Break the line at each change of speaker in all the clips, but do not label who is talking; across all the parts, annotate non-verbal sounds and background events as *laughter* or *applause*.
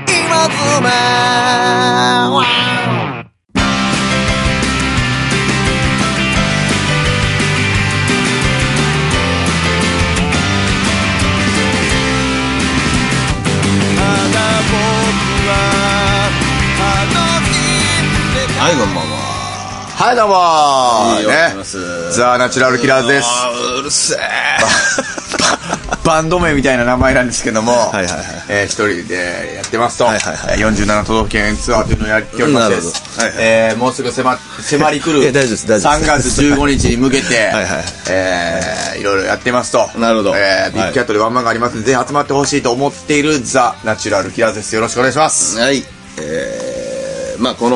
め
はい、こんばんは。
はい、どうも
いいよありがとうござい
ー
ま
ね。
す
ザ・ナチュラルキラーズです。
あーうるせえ。
*laughs* バンド名みたいな名前なんですけども、
いはいはい
えー一人でやってますと、
はいはいはい
えー47都道府県ツアーというのをやっておりましてです、
なるほどはい
えーもうすぐ迫迫り来る
いや大丈夫です大丈夫
3
です
月15日に向けて、
*laughs* はいはい
えーいろいろやってますと、
なるほど
えービッグキャットでワンマンがありますので、ぜひ集まってほしいと思っているザ・ナチュラルキラーズです。よろしくお願いします。
はい。えー、まあこ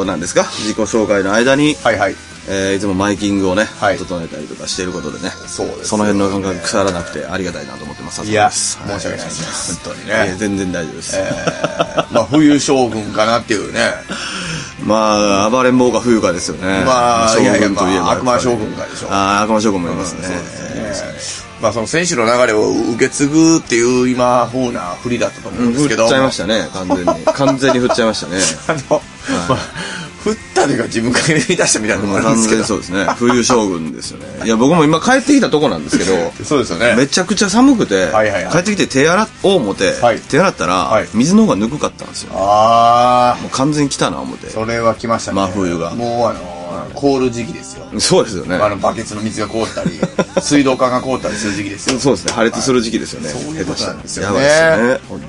の、なんですか、自己紹介の間に、
はいはい。
えー、いつもマイキングをね、
はい
整えたりとかしていることでね、
そうですね
その辺の感覚腐らなくてありがたいなと思ってます。
いや
あそこ
申し訳ないです本当にね
いや全然大丈夫です。
えー *laughs* まあ、冬将軍かなっていうね。
*laughs* まあ、暴れん坊か冬かですよね。
まあ、いやいや、ま
といえば
あ、悪魔将軍かでしょ。
ああ、悪魔将軍もいますね。
まあ、その選手の流れを受け継ぐっていう今風な振りだったと思うんですけど、
振っちゃいましたね、完全
*laughs*
に。完全に振っちゃいましたね。
あの、まあ、振ったというか自分から *laughs* 言い出したみたいなのもあるん
完
ですけ
全に
ど、
そうですね。冬将軍ですよね。いや、僕も今帰ってきたとこなんですけど、
*laughs* そうですよね
めちゃくちゃ寒くて、
はいはいはい
帰ってきて手洗おう思て、
はい
手洗ったら、
はい
水の方がぬくかったんですよ。も
あ
う完全に来たな思て
あ、。それは来ましたね。
真冬が
もう、あの、凍る時期ですよ。
そうですよね。
あの、バケツの水が凍った *laughs* り、水道管が凍ったりする時期ですよ。
そうですね。破裂する時期ですよね。
はいそういうことなんですよ
下
ね
手したらやばいですよね。本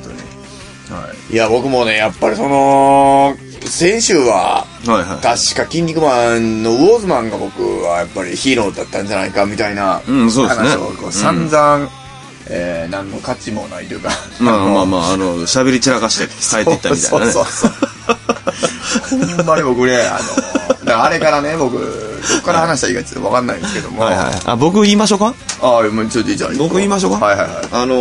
いや、僕もね、やっぱりその、先週は、
当に。はいはい。
確か筋肉マンのウォーズマンが僕はやっぱりヒーローだったんじゃないかみたいな
うんそうですね
話をこう散々、えー何の価値もないというか
まあまあまあ、あの、喋り散らかして帰っていったみたいなね。
そうそうそうほんまに僕ねあのだからあれからね僕どっから話したらいいかちょっと分かんないんですけども、
はいはい。あ、僕言いましょうか
ああもうちょっとじゃあ
僕言いましょうか
はいはいはい
あの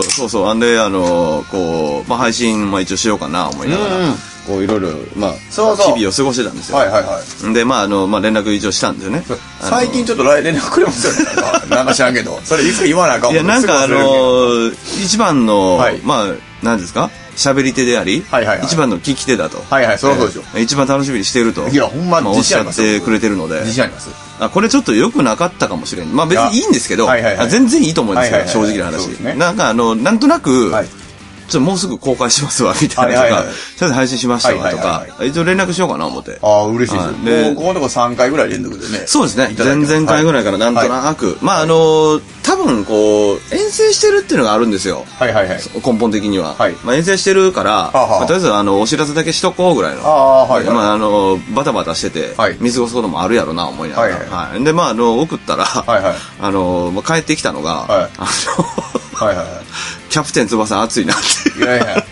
ー、そうそう、あんで、あのー、こう、まあ、配信、まあ、一応しようかな、思いながら、
うん
こう、いろいろ、まあ、
そうそう
日々を過ごしてたんですよ。
はいはいはい
で、まあ、あの、まあ、連絡一応したんですよね。
最近ちょっと来連絡くれますよねなん *laughs* かなんか知らんけどそれいつか言わなあかん
いや、なんか、あのー、一番の、
はい
まあ、なんですか喋り手であり、
はいはいはい
一番の聞き手だと。
はいはいそりゃそうでしょ
えー一番楽しみにしてると。
いやほんま
おっ
自
し
信あ
ゃ
りま
っ
すよ
てくれてるので。
自信あります
あこれちょっと良くなかったかもしれんまあ別にいいんですけど、
いやはいはいはい
あ全然いいと思うんですよ、
はいはいはい
正直な話
そうです、ね
なんかあのなんとなく、
はい
ちょっともうすぐ公開しますわみたいなとか、
はいはいはい
ちょっと配信しましたわ
はい
とか、
はいはい
一応連絡しようかな思って
ああ嬉しいです
はい
も
で
うここのとこ3回ぐらい連続でね
そうですね
いただい
前
てます
々回ぐらいからなんと
は
なく、まああの多分こう遠征してるっていうのがあるんですよ
はいはいはいはい
根本的には、
はい
まあ、遠征してるから、
あはあ
まあとりあえずあのお知らせだけしとこうぐらいの
ああはいはい
まあ、あのバタバタしてて、
はい
見過ごすこともあるやろな思いながら、
はいは
はいでまああの送ったら、
いはい
*laughs* あのまあ、帰ってきたのが、
はい
あの *laughs*
はいは
キャプテン翼熱いなって
いいやいや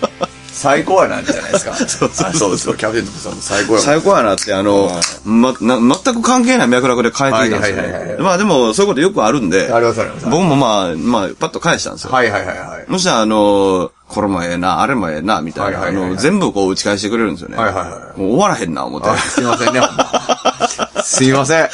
最高やなんじゃないですか
*laughs* そうそうそう
あそうですよキャプテンとかさんも最高やもん
最高やなってあの、ま、な全く関係ない脈絡で帰ってきたんですよ、
はいはいはいはい
まあでもそういうことよくあるんで
ありますあります
僕もまあ、まあ、パッと返したんですよ、
はいはいはいはい
もしあの、これもええな、あれもええな、みたいな、
はいはいはいはい
あの、全部こう打ち返してくれるんですよね。
はいはいは
もう終わらへんな、思って。
あすいませんねほんますいません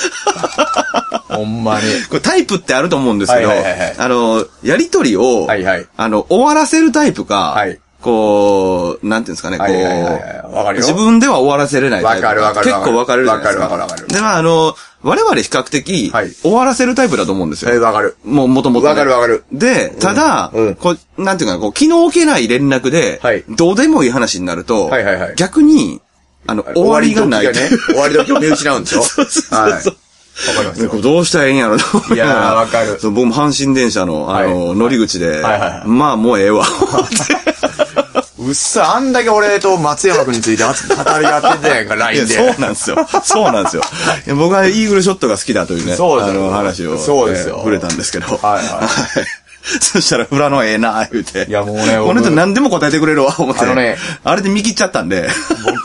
ほんまに
これタイプってあると思うんですけど、
はいはいはいはい
あの、やりとりを、
はいはい
あの、終わらせるタイプか、
はい
こう、なんていうんですかね、こう、
はいはいはいはいわかるよ
自分では終わらせれないタイプ。
わかるわかるわかる
結構分かれるじゃないですか。
わかるわかるわかる
で、まあ、あの、我々比較的、
はい
終わらせるタイプだと思うんです
え
よ。
わかる
もう、もともと、
わかるわかる
で、ただ、
うん
こう、なんていうかな、こう、気の置けない連絡で、
はい
どうでもいい話になると、
はいはいはい
逆に、あの、終わりがない。
終わり時がね終わり時を見失うんでしょ
そうそうそうそう
はいわかります
で
よ
これどうしたらええんやろと思ながら
いやーわかる
*laughs* そう僕も阪神電車の、あの、乗り口で、
はいはいはい
まあもうえ
*laughs*
えわ。思って
うっさあんだけ俺と松山君について熱く語り合ってたやんか
いや
*laughs* LINE で
そうなんですよ。そうなんですよ。いや僕はイーグルショットが好きだというね、
そうで
あ
すよ
の話を、
そうですよ
えー触れたんですけど。はい
はい
*laughs* そしたら、裏のええな、言うて。
いやもうね
この人
僕
何でも答えてくれるわ、思って。
あのね
あれで見切っちゃったんで。 *laughs*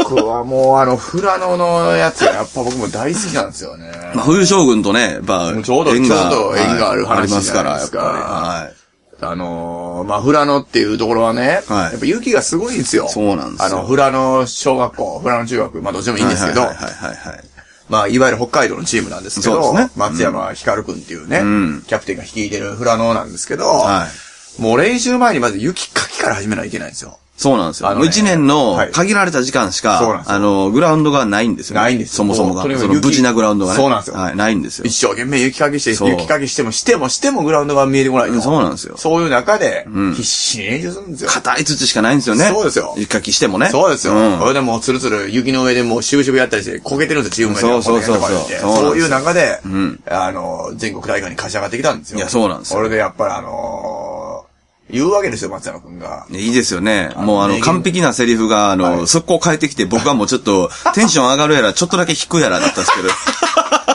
僕はもうあの、富良野のやつがやっぱ僕も大好きなんですよね。
まあ、冬将軍とね、やっぱ、
もうちょうどちょうど縁がある
はいありま
話
す
じゃ
から
な、いで
やっ
す
ぱ
か
り。はい。
あのー、まあ、富良野っていうところはね、
はい
やっぱ雪がすごいんですよ。
そうなんですよ
あの、富良野小学校、富良野中学、まあどっちもいいんですけど、
はいはいはいはいはい。
まあ、いわゆる北海道のチームなんですけ
そ
ど、
うですね
松山光くんっていうね、キャプテンが率いてる富良野なんですけど、
は
もう練習前にまず雪かきから始めないといけないんですよ。
そうなんですよ。
あの
も
ね
う一年の
はい
限られた時間し
そうなん
か
で、すよ
あの、グラウンドがないんですよね。
ないんですよ
そもそも
もう
が。
とにかく
その無事なグラウンドがね。
そうなんですよ
はい、ないんですよ。
一生懸命雪かきして、
そう
雪かきしてもしてもしてもグラウンドが見えてこない
うん
と。
そうなんですよ
そういう中で、必死に練習するんですよ。
硬い土しかないんですよね。
そうですよ
雪かきしてもね。
そうですよ。
ん
それでもうつるつる雪の上でもうしぶしぶやったりして焦げてるんですよ、チーム
そうそうそうそう
とか言って
そうなん
そう
ですよ
いう中で、あの、全国大会に勝ち上がってきたんですよ。
いやそうなんですよ
それでやっぱりあのー、言うわけですよ、松山くんが。
いいですよね。もうあの、
ね
完璧なセリフが、あ
は
の、
い
速攻変えてきて、僕はもうちょ
*laughs*
っと、テンション上がるやら、ちょっとだけ低いやらだったんです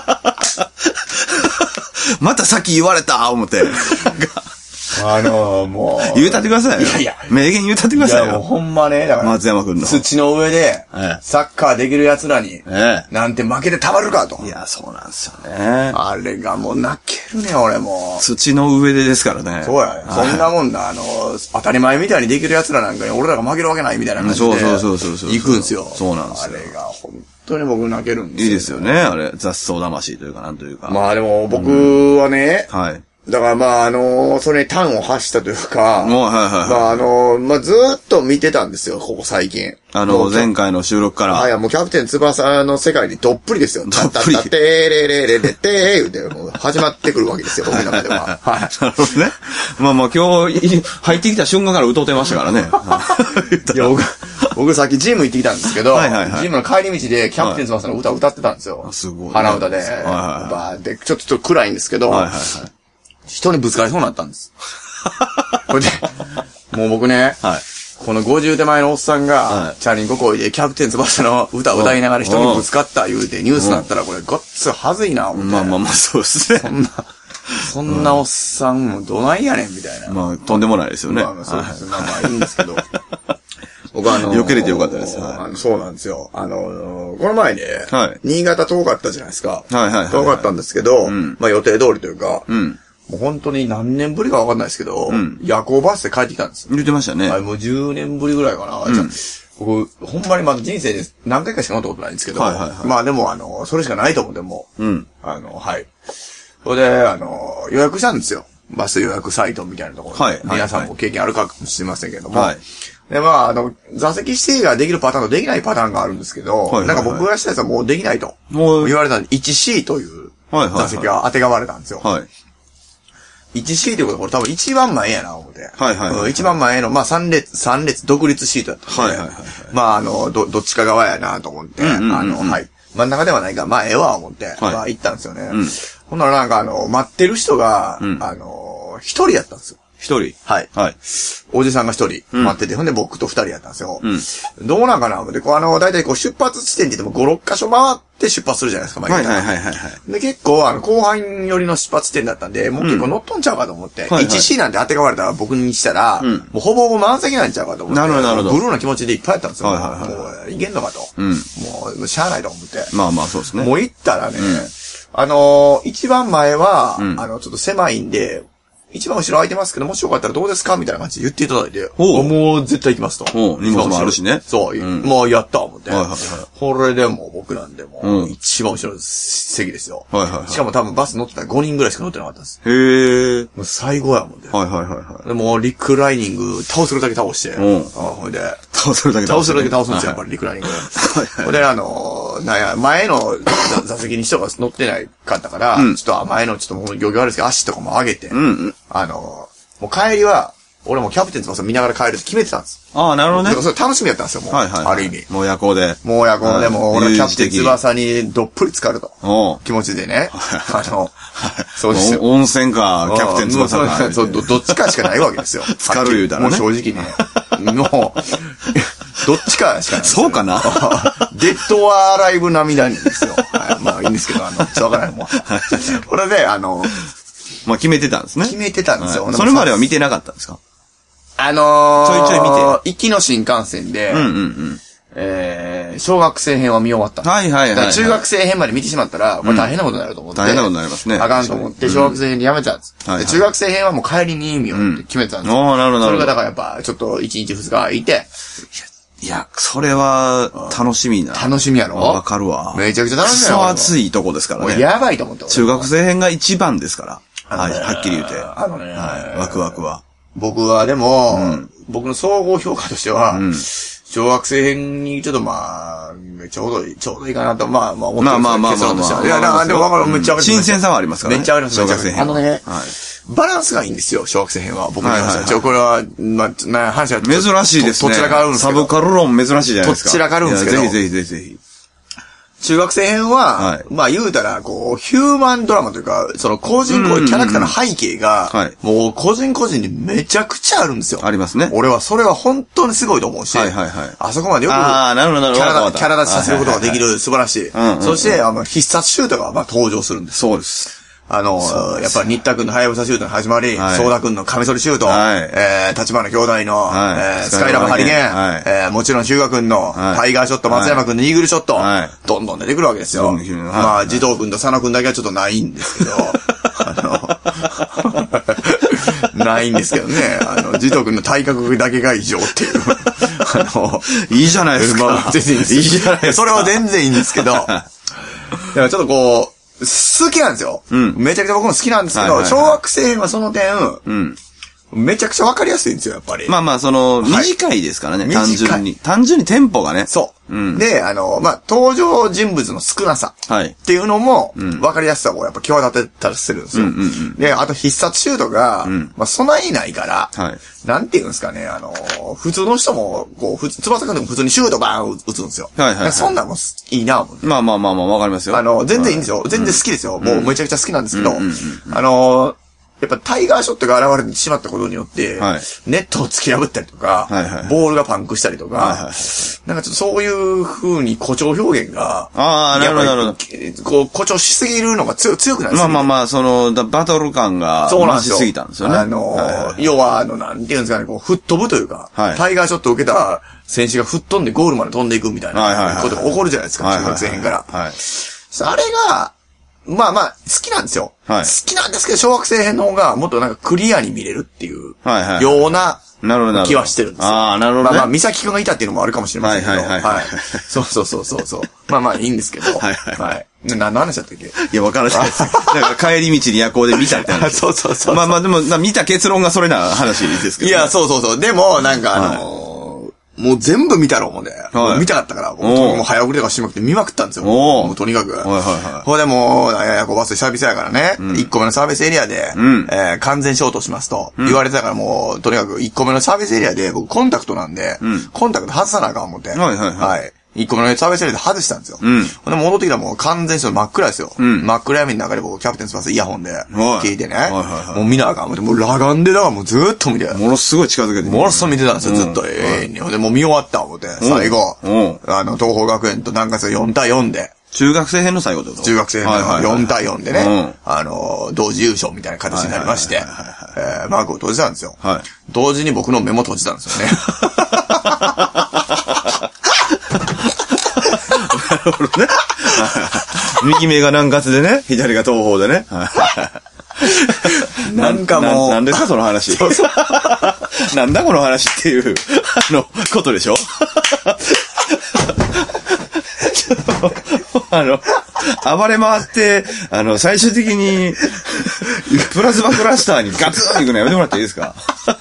けど。またさっき言われた思
*laughs*
って。
あのー、もう。
*laughs* 言うたってくださいよ。
いやいや
名言言うたってくだ
い
さ
や、
い
もう
よ。
ほんまね、だから。
松山くんの。
土の上で
ええ、
サッカーできる奴らに、
え
なんて負けてたまるかと
え。い。や、そうなんですよね。
あれがもう泣けるね、俺もう。
土の上でですからね。
そうや、ね。そんなもんだ、あの、当たり前みたいにできる奴らなんかに俺らが負けるわけないみたいな感じで。
うんそうそうそうそうそう
行くんすよ。
そうなんですよ
あれが本当に僕泣けるんです
い
よ。
いですよね、あれ。雑草魂というか、なんというか。
まあでも僕はね、
はい。
だからまああの、それに端を発したというか、
もう、はいはい
ま
はい。
ああの、まあずーっと見てたんですよ、ここ最近。
あ
も
の、
う
前回の収録から。
あ、いや、もうキャプテン翼の世界にどっぷりですよ。
どっぷり
たたたてーれれれれてー言うて、もう始まってくるわけですよ、僕の中では。はい。
なるほどね。まあまあ今日い、入ってきた瞬間から歌うてまし
*laughs*
たからね。はい
いや、僕、僕さっきジム行ってきたんですけど、
はいはいはい
ジムの帰り道でキャプテン翼の歌を歌ってたんですよ。
すごい
鼻歌で。
はいはい
バーで、ちょっとちょっと暗いんですけど、
はいは
人にぶつかりそうになったんです。
*laughs*
これで、もう僕ね、
い。はい。
この50手前のおっさんが、
はい
チャリンコこいでキャプテン翼の歌を歌いながら人にぶつかった言うてニュースになったらこれごっつはずいな、思って。
まあまあまあそうですね。
そんな、そんなおっさんもどないやねんみたいな。
まあとんでもないですよね。
まあまあそうです。まあまあいいんですけ
*laughs*
ど。僕はあのー
避けれてよかったですはい
あのそうなんですよ。あのー、この前ね
はい、
新潟遠かったじゃないですか。
はいはいはいはい
遠かったんですけど、まあ予定通りというか、
ん
もう本当に何年ぶりかわかんないですけど、夜行バスで帰ってきたんですよ。
言ってましたね。
あれもう10年ぶりぐらいかな。じゃあ僕、ほんまにまだ人生で何回かしか乗ったことないんですけど、
はいはいはい
まあでもあの、それしかないと思ってもう、
うん。
あの、はい。それで、あの、予約したんですよ。バス予約サイトみたいなところで。
はいはい
皆さんも経験あるかもしれませんけども。
はい
で、まあ、あの、座席指定ができるパターンとできないパターンがあるんですけど、
はいはいはい
なんか僕がしたやつはもうできないと。
もう
言われたんで、1C という
はいはいはい
座席が当てがわれたんですよ。
はい。
1C ということはこれ多分一番前やな、思って。
はいはいはい
うん一番前の、まあ三列、三列独立シートだったんで。
はいはいはいはい
まああの、ど、どっちか側やなと思って。
んうんうんうん
あの、はい。真ん中ではないから、まあええわ、思って。まあ行ったんですよね。ほんならなんかあの、待ってる人が、あの、一人やったんですよ。
一人。
はい
はい。
おじさんが一人待ってて、ほんで僕と二人やったんですよ。どうなんかな思って、こうあの、だいたいこう出発地点って言っても5、6箇所回って出発するじゃないですか、毎
はい
回
はいはいはいはい。
で、結構、あの、後半寄りの出発点だったんで、もう結構乗っとんちゃうかと思って、
はいはい
1C なんて当てがわれたら僕にしたら、もうほぼほぼ満席なんちゃうかと思って、
なるほどなるほど
ブルーな気持ちでいっぱいやったんですよ。
はいはい
もう、いけんのかと。もう、しゃあないと思って。
まあまあそうですね。
もう行ったらね、あのー一番前は、あの、ちょっと狭いんで、一番後ろ空いてますけど、もしよかったらどうですかみたいな感じで言っていただいて、
ほう
もう絶対行きますと。
ほう荷物もあるしね
そう、
うん
もうやった思って。
はいはいはい
これでもう僕なんでもう、
うん
一番後ろの席ですよ、
はいはいはい
しかも多分バス乗ってたら5人ぐらいしか乗ってなかったんです。
へえ。
もう最後やもんね。
はいはいはいはい。
でもうリクライニング倒せるだけ倒して、
うん
あほいで、
倒せるだけ
倒せるだけ倒すんですよ、やっぱ
り。
りリクライニング。ほんで、あのー、なんや、前の座座席に人が乗ってないかったから、ちょっとあ前のちょっともう行儀悪いですけど、足とかも上げて、
うんうん。
あのー、もう帰りは、俺もキャプテン翼見ながら帰るって決めてたんです。
ああ、なるほど
だ
ね
から。それ楽しみだったんですよ、もう。
はいはいはい。
ある意味。
もう夜行で。
もうや、このでも、
はい
俺はキャプテン
一時的
翼にどっぷり浸かると。
おう
気持ちでね。あの、そうですよ。
お温泉か、キャプテン翼
うんそ
か。
うそうどどっちかしかないわけですよ。
*laughs*
浸
かる言うたらね
もう *laughs* 正直ね。もう、どっちかしかない。
そうかな
*laughs* デッドはアライブ並みなんですよ。はい、まあいいんですけど、あの、ちょっとわからないもう。これで、あの、
*laughs* まあ決めてたんですね。
決めてたんですよ。
はいそれまでは見てなかったんですか
あのー、
ちょいちょい見
て。行きの新幹線で、
うんうんうん。
えー、小学生編は見終わったんです
はいはいはい
だか
は
ら
い。
中学生編まで見てしまったら、これ大変なことになると思って。
大変なことになりますね
あかんと思って、小学生編でやめちゃうんです。
はいはい
で中学生編はもう帰りに意味をって決めてたんですよ。
うんあーなるほどな
そ
る
れが
ほど
だからやっぱ、ちょっと1日2日空いて、
いや、それは、楽しみな。
楽しみやろ
わかるわ。
めちゃくちゃ楽しみや
ク
ろ
ソ暑いとこですから
もう
ね。
やばいと思って。
中学生編が一番ですから。
あ
は
の
い、
ね
はっきり言うて。
あのね
はい、ワクワクは。
僕はでも、
うん
僕の総合評価としては、
うん
小学生編にちょっとまあ、ちょうどいい、ちょうどいいかなと、まあまあ思ってる
まあ
んです
ま
よ
あまあまあ
結論として
ま
は
あ。
いや、だからでもわかる、めっちゃわかります
新鮮さはありますからね。
めっちゃわかります、
小学生編。
あのね、
はい
バランスがいいんですよ、小学生編は。僕に関しては。
はいはいはい
ちょこれは、まあ、ちょな話は
珍しいです
と
ね。
とっちらかるんです
サ
けど
ブカル論珍しいじゃないですか。
とっちらかるんですけど
いやぜひぜひぜひぜひ。
中学生編は、
はい
まあ言うたら、こう、ヒューマンドラマというか、その個人、
うんうんうん
キャラクターの背景が、
はい
もう個人個人にめちゃくちゃあるんですよ。
ありますね。
俺はそれは本当にすごいと思うし、
はいはいはい
あそこまでよく、キ
あーなるほどなるほど
ャ
わか
ラ
った
キャラ立ちさせることができる、素晴らしい
うんうんう。ん
そして、あの、必殺シュートがまあ登場するんです。
そうです。
あの、やっぱ、新田君のハヤブサシュートの始まり、
はい
ソーダ君のカミソリシュート、
はい
えー、立花兄弟の、
はい
えースカイラブハリゲン、
はい
えー、もちろん修賀君の、
はい
タイガーショット、松山君のイーグルショット、
はい
どんどん出てくるわけですよ。
どんどん出てくるはい
ま
は
あ、児童君と佐野君だけはちょっとないんですけ
*laughs*
ど、あの、 *laughs* ないんですけどね、あの、児童君の体格だけが異常っていう、あの、
いいじゃないです
ま
か
あ。全然いいです
いいじゃな
*laughs*
いですか。
それは全然いいんです
*laughs*
けど、だからちょっとこう、好きなんですよ。
うん
めちゃくちゃ僕も好きなんですけ
はい
ど、
はいはい
小学生はその点、
うん。
めちゃくちゃわかりやすいんですよ、やっぱり。
まあまあ、その、
い
短いですからね、
短
単
い
純に。単純にテンポがね。
そう、
うん
で、あの、まあ、登場人物の少なさ。
はい
っていうのも、わかりやすさをやっぱ際立てたりするんですよ。
うんうんうん
で、あと必殺シュートが、
ん
まあ、備えないから、
はい
なんていうんですかね、あの、普通の人も、こう、ふつ翼くんでも普通にシュートバーン打つんですよ。
はいはいはい
なんかそんなんもいいな思って
まあまあまあまあ、わかりますよ。
あの、全然いいんですよ。全然好きですよ。もうめちゃくちゃ好きなんですけど、
うんうんうん
あの、やっぱタイガーショットが現れてしまったことによって、
はい
ネットを突き破ったりとか、
はいはい
ボールがパンクしたりとか、
はいはい
なんかちょっとそういう風に誇張表現が、
ああ、なるほど、なるほど。
ど。こう、誇張しすぎるのが強強くないです
まあ
か
まあまあ、その、だバトル感が、
そうなんですよ。
増しすぎたんですよね。
あのー
はいはい
要は、あの、なんていうんですかね、こう、吹っ飛ぶというか、
はい
タイガーショットを受けた選手が吹っ飛んでゴールまで飛んでいくみたい
はいはいは
ないことが起こるじゃないですか、
はいはい
中
はい
学生編から。
はい
あれが、まあまあ、好きなんですよ。
はい
好きなんですけど、小学生編の方がもっとなんかクリアに見れるっていう、
はいはい
ような、
なるほど、なるほど。
気はしてるんですよ
ああ、なるほ
ま
ど
あ
ね。
まあ、美咲くんがいたっていうのもあるかもしれませんけど。
はいはいはいはい
そうそうそうそうそう。まあまあ、いいんですけど。。
はいはいはい
な、何の話だったっけ。
いや、わからないです。だから帰り道に夜行で見たみたい
*laughs*
な
そうそうそう。
まあまあ、でも、な見た結論がそれな話ですけ
い
ど。
や、そうそうそう。でも、なんかあのーもう全部見たろ、ほんで。もう見たかったから、もう
おう
もう早送りとかしまくって見まくったんですよ。
おう
もうとにかく。
いはいはい
ほんでもう、なんややこバス久々やからね、1個目のサービスエリアで、
ん
えー完全消灯しますと言われてたから、もう、とにかく1個目のサービスエリアで、僕コンタクトなんで、コンタクト外さなあかん思って。。
はいはいはい
1個目のサービスエリアで外したんですよ。
ん
ほんで戻ってきたらもう完全にその真っ暗ですよ。
ん
真っ暗闇の中で僕キャプテン翼イヤホンで聞いてね。
はいはいはい
もう見なあかん思って、もう裸眼でだからもうずーっと見て。
ものすごい近づけて
ものすごい見てたんですよ、
うん
ずっと。永遠に。ほんで、もう見終わった思って、最後。
うん
あの、東邦学園と南葛が4対4で、
中学生編の最後ってこと
中学生の
はいはいはい
4対4でね、
うん
あの、同時優勝みたいな形になりまして、え
はいはい
ーマークを閉じたんですよ。
はい
同時に僕の目も閉じたんですよね。
*laughs* 右目が南葛でね、左が東方でね。はい
*laughs* なんかもう
ななんですかその話。 *laughs* なんだこの話っていう、あの、ことでしょ *laughs* ちょっとあの、暴れ回って、あの、最終的に、プラズマクラスターにガツンっていくのやめてもらっていいですか *laughs*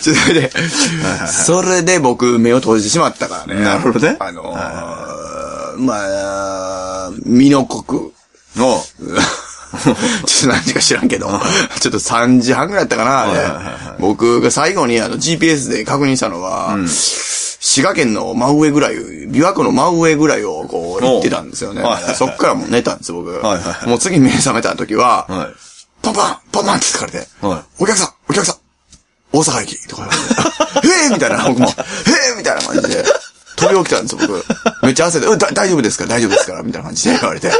ちょっとそれで、 *laughs* それで僕目を閉じてしまったからね。
なるほどね
あのー、まあ、美濃国。
の、
*laughs* ちょっと何時か知らんけど、ちょっと3時半ぐらいやったかな、
はいはいはい
あれ僕が最後にあの GPS で確認したのは、滋賀県の真上ぐらい、琵琶湖の真上ぐらいをこう行ってたんですよね
おうはいはいは。い
そっからもう寝たんですよ、僕。
はいはい
もう次目覚めた時は、
はい。
パンパンパンパンって聞かれて、
は
お客さんお客さん大阪駅とか言われて、へえみたいな、僕も、へえみたいな感じで、飛び起きたんですよ、僕。めっちゃ汗で、うんだ大丈夫ですから、大丈夫ですから、みたいな感じで言われて。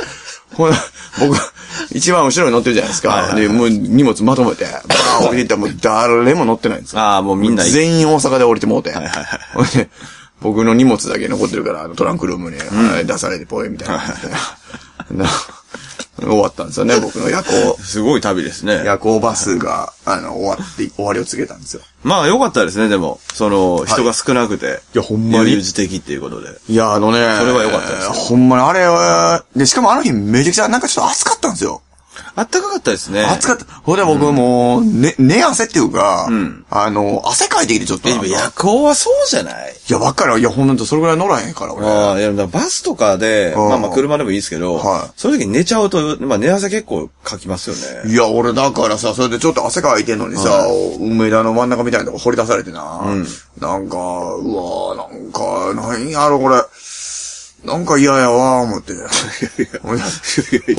ほら、僕、一番後ろに乗ってるじゃないですか。
はいはい
で、もう荷物まとめて、バーン降りていったらもう誰も乗ってないんですよ。
ああ、もうみんな、
全員大阪で降りてもうて。
はいは
ほんで、僕の荷物だけ残ってるから、あのトランクルームにはい出されてぽいみたいな感じで。な終わったんですよね、僕の夜行。
すごい旅ですね。
夜行バスが、あの、終わって、終わりを告げたんですよ。
まあ良かったですね、でも。その、人が少なくて。
いやほんまに
悠々的っていうことで。
いや、あのね。そ
れは良かったですよ
ほんまに、あれは、で、しかもあの日めちゃくちゃ、なんかちょっと暑かったんですよ。
あったかかったですね。
暑かった。ほんで僕もう、ね、寝汗っていうか、
ん
あの、汗かいてきてちょっと
え、
な
で
ん
も
か。
夜
い
行はそうじゃない
や、わかる。いや、ほんとそれぐらい乗らへんから、俺。
ああ、いや、だからバスとかで、
うん
まあまあ車でもいいですけど、
はい
そういう時に寝ちゃうと、まあ寝汗結構かきますよね。
いや、俺だからさ、それでちょっと汗かいてんのにさ、梅田の真ん中みたいなとこ掘り出されてな。なんか、うわなんか、なんやろ、これ。なんか嫌やわ、思
*laughs*
って。こ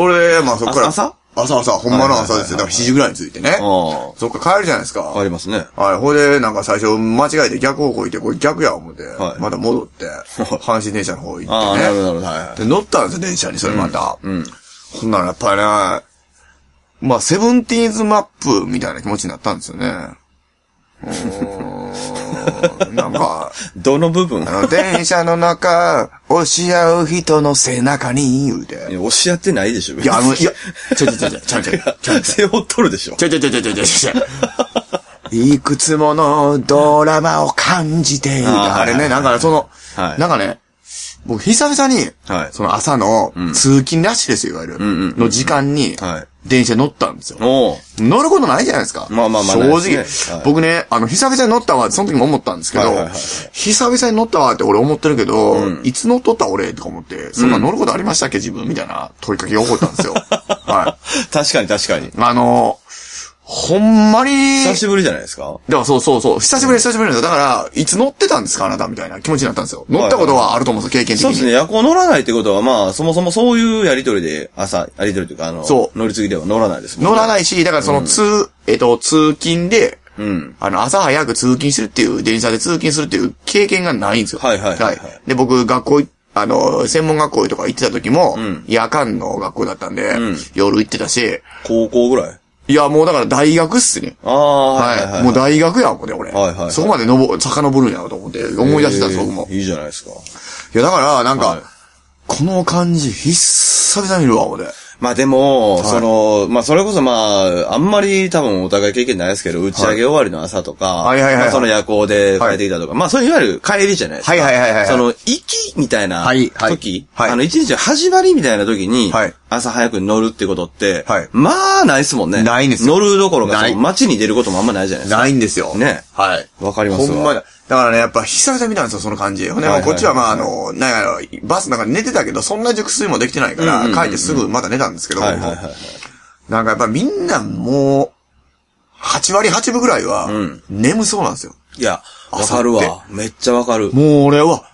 れ、まあそっから。
朝
朝朝、ほんまの朝ですよ。だ
はいはいはいはい
から7時ぐらいに着いてね。
あ
そっから帰るじゃないですか。
あ、ありますね。
はい、ほいで、なんか最初間違えて逆方向行って、これ逆や思って、
はい
また戻って、阪神電車の方行
あ
っ
あ、
て
なるほ
ね。
ど、なるほど、はいはい。
で、乗ったんですよ、電車に、それまた。
うん。
ほんならやっぱりね、まあ、セブンティーンズマップみたいな気持ちになったんですよね。うーんなんか、
どの部分 *laughs*
あの、電車の中、押し合う人の背中に、言う
い
て。
や押し合ってないでしょ、別
い
に
や、あの、
*laughs*
いや、ちょいちょいちょいちょいちょいちょいちょい
背負っとるでしょ。
ちょいちょいちょいちょいちょいちょいちょい。いくつものドラマを感じている。
あー
あれ
はいは
ね、
い
なんかその、
はい
なんかね、僕久々に、
はい
その朝の通勤ラッシュですよ、いわゆる。
んうん
の時間に、
はい
電車乗ったんですよ。
おう
乗ることないじゃないですか。
まあまあまあ
正
ない
直、
ですねはい
僕ね、あの、久々に乗ったわ、その時も思ったんですけど、
はいはいはいはい
久々に乗ったわって俺思ってるけど、いつ乗っとった俺とか思って、そんな乗ることありましたっけ自分みたいな問いかけが起こったんですよ。はい。
確かに確かに。
あの、ほんまに、
久しぶりじゃないですか
だからそうそうそう、久しぶり久しぶりなんですよ。だから、いつ乗ってたんですかあなたみたいな気持ちになったんですよ。乗ったことはあると思うんですよ、経験的
そうです
に。
ね、夜行乗らないってことは、まあ、そもそもそういうやりとりで、朝、やりとりというか、あの、
そう
乗り継ぎでは乗らないですもん
乗ら
い。
ないし、だからその通、えっと、通勤で、
うん。
あの、朝早く通勤するっていう、電車で通勤するっていう経験がないんですよ。
はいはいはいはい
で、僕、学校い、あの、専門学校とか行ってた時も、夜間の学校だったんで、夜行ってたし、
高校ぐらい
いや、もうだから大学っすね。
ああ、はいはい
は。
はいい。
もう大学やもんね、俺。
はいはい
そこまでのぼ、遡るんやろうと思って、思い出してたんです、僕も。
えーいいじゃないですか。
いや、だから、なんか、
はい
この感じ、久々に見るわ、俺。
まあでも、その、まあそれこそまあ、あんまり多分お互い経験ないですけど、打ち上げ終わりの朝とか、
はいはいはいはい
まあその夜行で帰ってきたとか、まあそれいわゆる帰りじゃないですか。
はいはいはいはいはい
その、行きみたいな
はい
時、
はいはい
あの一日の始まりみたいな時に、
はい
朝早く乗るってことって、
はい
まあないですもんね。
ないんですよ
乗るどころか、
ない
その街に出ることもあんまないじゃないですか。
ないんですよ。
ね
はい。
わかりますわ
ほんまだ。だからね、やっぱ久々に見たんですよ、その感じ。ほんで、
はいはいはい
こっちはまあ、あの、なんやろ、バスの中で寝てたけど、そんな熟睡もできてないから、帰ってすぐまた寝たんですけど、
はいはいはいはい。
なんかやっぱみんなもう、8割8分ぐらいは、眠そうなんですよ。
いや、わかる
朝
わ。めっちゃわかる。
もう俺は、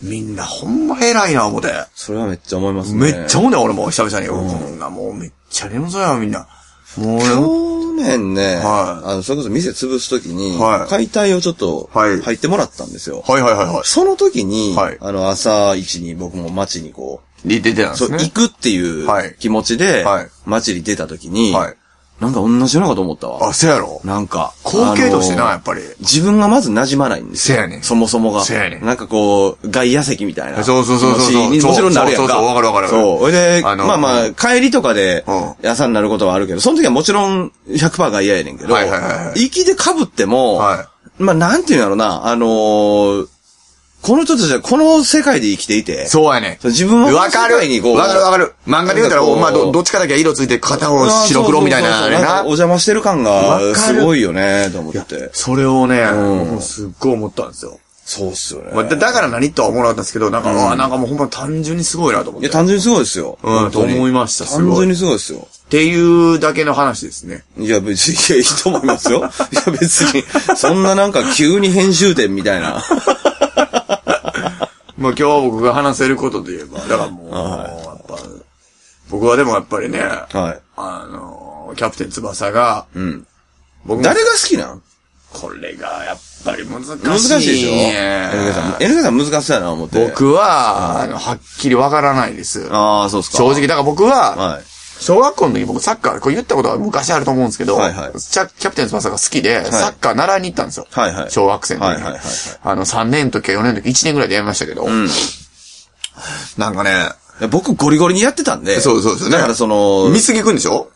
みんなほんま偉いな、思って。
それはめっちゃ思いますね。
めっちゃ思うね、俺も久々に。こんな、もうめっちゃ眠そうや、みんな。もう俺も
去年ね、
は
あの、それこそ店潰すときに、
はい
解体をちょっと、
はい
入ってもらったんですよ。
はいはいはいは
その時に、
はい
あの、朝一に僕も街にこう、
い。で、出てたんで
そう、
すね。
行くっていう
はい
気持ちで、
はい
街に出た時に、
はい
なんか同じようなこと思ったわ。
あ、せやろ
なんか、
光景としてな、
あの
やっぱり。
自分がまず馴染まないんですよ。
せやねん
そもそもが。
せやねん
なんかこう、外野席みたいな。
そうそうそうそう
気持ちに
そう
もちろんなるやんか。
そうそうそうわかるわかる
そう。それで、
あの
まあまあ、帰りとかで
う、
朝になることはあるけど、その時はもちろん100%外野やねんけど、
はいはいはいは
行きで被っても、
は
まあなんていうんだろうな、あのーこの人たちはこの世界で生きていて、
そうやね。
そう自分はこの
わ
世
かる
界にこう、
わかるわかる。漫画で言うたら、
なんかこう
まあ、どどっちかだけ色ついて、片方白黒みたいな、あれ
んかお
な。
邪魔してる感
わか
が
る
すごいよね、と思って。
それをね、
ん
もうすっごい思ったんですよ。
そうっすよね。
まあだだから何とは思わなかったんですけど、なんか、あなんかもうほんま単純にすごいなと思って。
いや、
っ
単純にすごいですよ。
うん
本当に
と思いましたすごい
単純にすごいですよ。
ていうだけの話ですね。
いや、別に、いや、いいと思いま
*laughs*
すよ。いや、別に、そんななんか急に編集点みたいな。
まあ今日僕が話せることで言えば、だからもう、やっぱ、僕はでもやっぱりね、
は
あのー、キャプテン翼が、
ん
僕
い。
も
誰が好きなん
これがやっぱり難しいね。
難しいでしょ ?NK さん、NK さん難しそうやな、思って。。
僕は、あの、はっきりわからないです。
ああ、そうっすか。
正直、。だから僕は、
はい。
小学校の時僕サッカー、これ言ったことは昔あると思うんですけど、
はいはい
キャキャプテン翼が好きで、サッカー習いに行ったんですよ。
はいはい
小学生の時に
はいはいはいはい
あの、3年の時か4年の時、1年ぐらいでやりましたけど、なんかね、
僕ゴリゴリにやってたんで。
そうそうですよね。
だからその、
見過ぎくんでしょ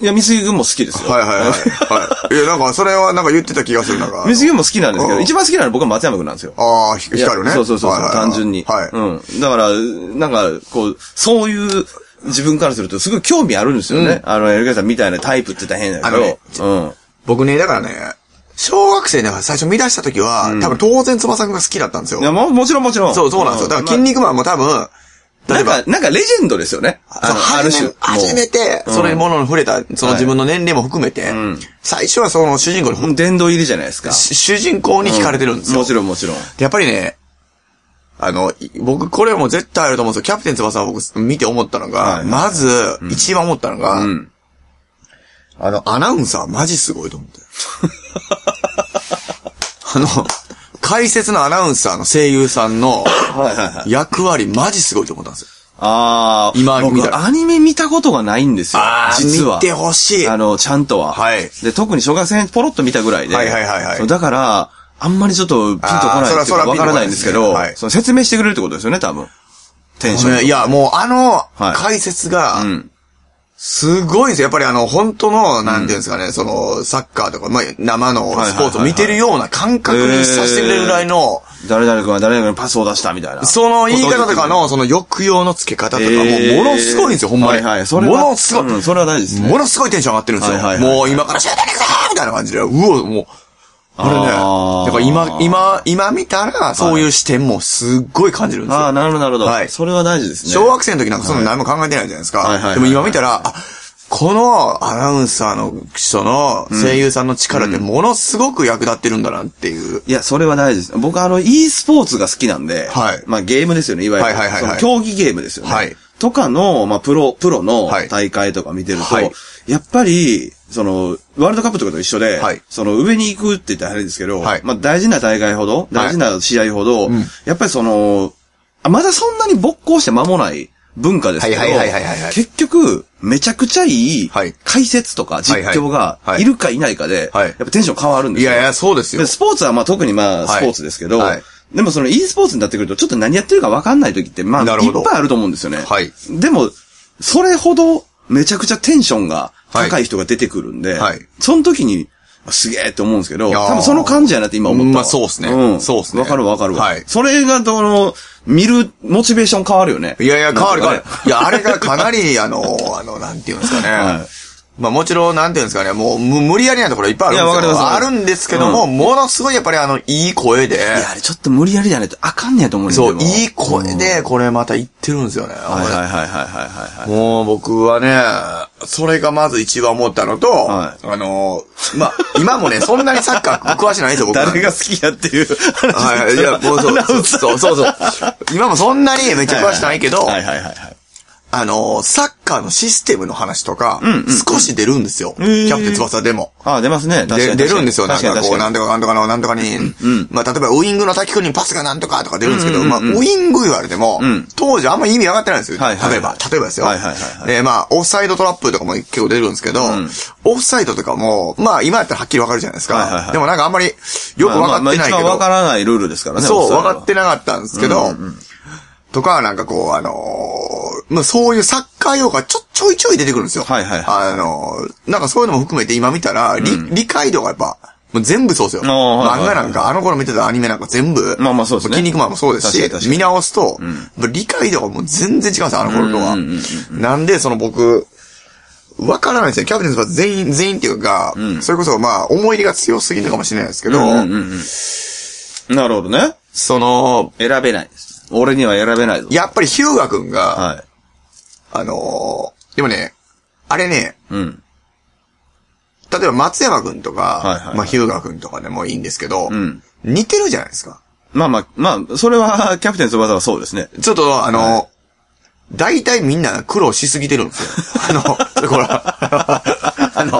いや、三杉君も好きですよ。
はいはいはい。はい。いや、なんか、それはなんか言ってた気がする、なんか。
三杉君も好きなんですけ
う
ど、
ん
一番好きなのは僕は松山君なんですよ。
ああ、ひ
いや
光るね。
そうそうそう
は
そ、
いうはいはい
単純に。
はい。
うん。だから、なんか、こう、そういう自分からすると、すごい興味あるんですよね。あの、エルカさんみたいなタイプって大変だけ
あのね
ど。うん。
僕ね、だからね、小学生で最初見出した時は、多分当然翼くんが好きだったんですよ
い。や、もうもちろんもちろん。
そう、そうなんですよ。だから、筋
ま
肉マンも多分、
あ
例えば
なん、か、なんかレジェンドですよね。あ
そう
のある種。
初め初めて、それにものに触れた、その自分の年齢も含めて、最初はその主人公に、
もう。殿堂入りじゃないですか。
し主人公に惹かれてるんですよ。
もちろんもちろん。
やっぱりね、あの、い僕、これはもう絶対あると思うんですよ。キャプテン翼を僕、見て思ったのが、
はい
まず、一番思ったのが、
ん
あの、アナウンサーマジすごいと思っ
*laughs*
て。あの、解説のアナウンサーの声優さんの
はいはいはい。
役割マジすごいと思ったんですよ。
あー。
今見た
僕、
ら
アニメ見たことがないんですよ。実は。
見てほしい。
あの、ちゃんとは。
はい
で、特に小学生ポロッと見たぐらいで。
はいはいはいはい
そうだから、あんまりちょっとピンとこないって
あ
い
ー
う
そ
から
そら
わからないんですけど、
ピンとこないですねはい
その説明してくれるってことですよね、多分。テンションとか。
いや、もうあの
はい、
解説が
ん、
すごいんですよ。やっぱりあの、本当の、なんていうんですかね、その、サッカーとか、まあ、生の
はいはいはいはい
スポーツを見てるような感覚にさせてくれるぐらいの、
誰々君は誰々君にパスを出したみたいな。
その言い方とかの、その抑揚のつけ方とか、もう
え
も
ー、
のすごいんですよ、ほんまに。
はいはい。
も
それは
のすごい。
うんそれは大事ですね。
ものすごいテンション上がってるんですよ。
はいはいはいはい
もう今からシュートに行くぞみたいな感じで、うお、もう。あれね、
あー
だから今、今、今見たら、そういう視点もすっごい感じるんですよ。
ああ、なるほど、なるほど。
はい
それは大事ですね。
小学生の時なんかそんな何も考えてないじゃないです
はいはいはいは
か。
い
でも今見たら、あ、このアナウンサーの人の声優さんの力ってものすごく役立ってるんだなっていう。
いや、それは大事です。僕、あの、e スポーツが好きなんで、
はい
まあ、ゲームですよね、いわゆる。
はいはいはいはい
その競技ゲームですよね。
はい
とかの、まあ、プロ、プロの
はい
大会とか見てると、
はい
やっぱり、その、ワールドカップとかと一緒で、
はい
その、上に行くって言ったらあれですけど、
はい
まあ、大事な大会ほど、大事な試合ほど、
ん
やっぱりその、あまだそんなに勃興して間もない文化ですけど、
はいはいはいはいはいはい
結局、めちゃくちゃいい
はい
解説とか実
はい
況が
はいはい
いるかいないかで、
はい
やっぱテンション変わるんで
い
すよ。
やいや、そうですよ
で。スポーツはまあ特にまあ
はい
スポーツですけど、
はい
でもその e スポーツになってくるとちょっと何やってるか分かんない時ってまあいっ
なるほど
ぱいあると思うんですよね。
はい
でも、それほどめちゃくちゃテンションが高い人が出てくるんで、
はい
その時にあすげえって思うんですけど、
やー
多分その感じやなって今思ったわ。
まあそうっすね
うん。
そうっすね
わかるわかるわ。
はい
それがどの、見るモチベーション変わるよね。
いやいや、変わる変わ
な
る
んかね。
いや、あれがかなり、 *laughs* あの、あの、なんていうんですかね。
はい
まあもちろん、なんていうんですかね、もう無無理やりなところいっぱいあるんですけ
いやわ
ど、
か
あ
ります
るんですけども、ものすごいやっぱりあの、いい声で、
いや、あれちょっと無理やりじゃないとあかんねやと思うんです
そう、いい声で、これまた言ってるんですよね。
はいはいはいはいはいはい。
もう僕はね、それがまず一番思ったのと、
はい
あの、まあ、今もね、そんなにサッカー詳しくないんですよ、僕
誰が好きやっていう
*laughs*
話
はい、いや、もうそう、そうそうそう。今もそんなにめっちゃ詳しくないけど、
はいはいはいはい。
あの、サッカーのシステムの話とか、少し出るんですよ。キ
ー
ャプテン翼でも。
ああ、出ますね。確か
で
に
出るんですよ。なん
確か
か
に
こう、
確
な
か
ん
に。
とかなんとかの、なんとかに。まあ、例えば、ウイングの滝君にパスがなんとかとか出るんですけど、まあ、ウイング言われても、当時あんま意味分かってないんですよ。
はいはいはい
例えば、例えばですよ。
はいはいはいは
で、まあ、オフサイドトラップとかも結構出るんですけど、オフサイドとかも、まあ、今やったらはっきり分かるじゃないです
はいはいは
か。
い
でもなんかあんまり、よく分かってないけ
まあまあ一番わ
ど
か。らないルールですからね。
そう、
オフサイ
分
ドは
かってなかったんですけど、とか、なんかこう、あのーまあ、そういうサッカー用語がちょ、ちょいちょい出てくるんですよ。
はいはいは
あのーなんかそういうのも含めて今見たら、理理解度がやっぱ、もう全部そうですよ。
ああはい
漫
はい
画なんか、あの頃見てたアニメなんか全部、
まあまあそうですね
筋肉マンもそうです
確かに確か
し、
に
見直すと、やっぱ理解度がもう全然違うんですよ、あの頃とは。なんで、その僕、わからないですよ。キャプテンズは全員、全員っていうか、それこそまあ、思い入れが強すぎるのかもしれないですけど、
うんうんうん。なるほどね。
その、
選べないです。俺には選べないぞ。
やっぱりヒューガ君が、
は
あのーでもね、あれね、
い。うん。
例えば松山君とか、
はいはいはい
まあ、ヒューガ君とかでもいいんですけど、
ん
似てるじゃないですか。
まあまあ、まあ、それは、 *laughs* キャプテン翼はそうですね。
ちょっと、あのー大体みんな苦労しすぎてるんですよ。
*laughs*
あの、ほら、あの、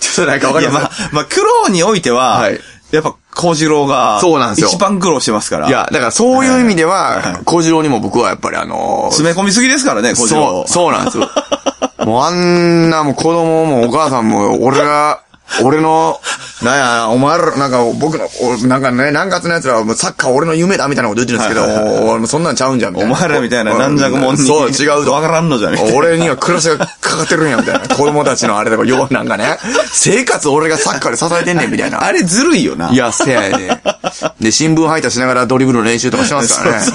ちょっとなんかわかり
いや、
ます
まあ、まあ、苦労においては、
はい
やっぱ、小次郎が、
そうなんですよ
一番苦労してますから。
いや、だからそういう意味で
はいは
は、
い
小次郎にも僕はやっぱりあのー
詰め込みすぎですからね、小次
そ
郎。
う、そうなんです *laughs* よ。もうあんなもう子供もお母さんも、俺が、俺のなんや、お前ら、なんか、僕の、おなんかね、南月の奴らはもうサッカー俺の夢だみたいなこと言ってるんですけど、
はいはいはい
おおそんなんちゃうんじゃん、み
お
たいな。
前らみたいな軟弱者に。
そう、違うと。
わからんのじゃね
俺には暮らしがかかってるんや、みたいな。子供たちのあれとか、ようなんかね、生活俺がサッカーで支えてんねん、みたいな。
あれずるいよな。
いや、せやね。で、新聞配達しながらドリブルの練習とかしてます
*laughs*
からね。 *laughs* そ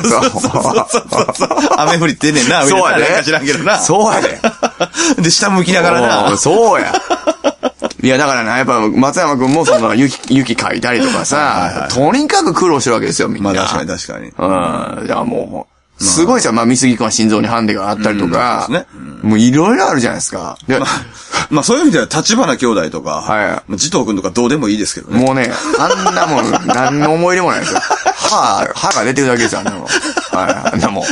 う
雨降りってんねんな、上
そうや
なん
ね。
か知らんけどな。
そうやね。
で、下向きながら
おう
な。
そう
*laughs*
や。いや、だからね、やっぱ、松山くんも、そ
*laughs*
の、雪、雪書いたりとかさ、とにかく苦労してるわけですよ、みん
ま
な。
あ確かに確かに。
うん。いや、もう、すごいさ、まあ、三杉くんは心臓にハンデがあったりとか、
うんそうです
もういろいろあるじゃないですか。で
まあそういう意味では、立花兄弟とか、
はい
まあ慈瞳くんとかどうでもいいですけどね。
もうね、あんなもん、何の思い入れもないですよ。歯、歯が出てるだけですよ、あんなもん。はい、あんなもん。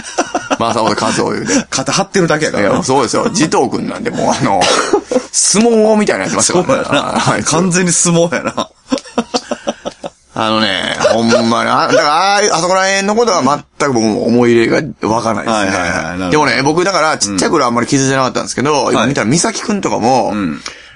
正本和夫言うて。
肩張ってるだけやか
い
ら
や、
な。
そうですよ。慈藤くんなんで、もうあの、相撲みたいなやつます
そ
よ
うや
あ
な。
いつ
完全に相撲やな。
あのね、ほんまに、あだから、ああいうあそこら辺のことは全く僕も思い入れがわかないですね。
はいはいはいなるほど
でもね、僕だから、ちっちゃい頃あんまり気づいてなかったんですけど、
い
見たら、美咲くんとかも、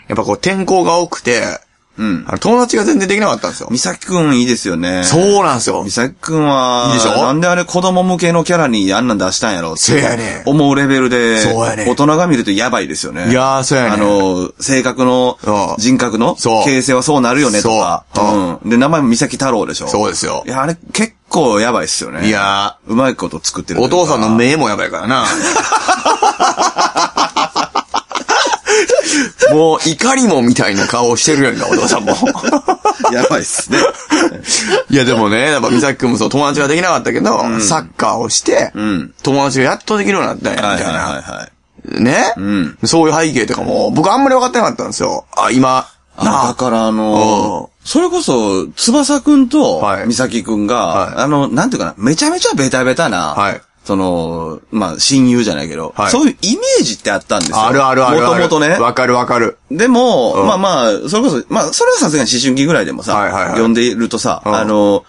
やっぱこう、転校が多くて、
うん。
あの友達が全然できなかったんですよ。
美咲くんいいですよね。
そうなんですよ
美。咲くんは、
いいでしょ
なんであれ子供向けのキャラにあんなん出したんやろって
せやねん
思うレベルで、
そうやねん
大人が見るとやばいですよね。
いやーそうやねん
あの、性格の
そ、う
人格の
そう
形成はそうなるよねとか。
そう
うん。で、名前も美咲太郎でしょ。
そうですよ
い。や、あれ結構やばいですよね。
いや
うまいこと作ってる
ー、
とい
お
うか
父さんの目もやばいからな。もう、怒りもみたいな顔してるやんか、お父さんも。
*laughs* やばいっ
*laughs*
すね。
いやでもね、やっぱ美咲くんもそう、友達ができなかったけど、サッカーをして、
ん
友達がやっとできるようになったんや、み
はいはい
たいな。
はいはい。
ね、
ん
そういう背景とかも、僕あんまり分かってなかったんですよ。あ、今、
あだ
なあ、
からあのーそれこそ、翼くんと
は、い
美咲くんが、
はい
あの、なんていうかな、めちゃめちゃベタベタな、
はい
その、まあ、親友じゃないけど、
はい
そういうイメージってあったんですよ。
あるあるあるある。
もともとね。
わかるわかる。
でも、まあまあ、それこそ、まあ、それはさすがに思春期ぐらいでもさ、
はいはいはい
呼んでいるとさ、
ん
あの、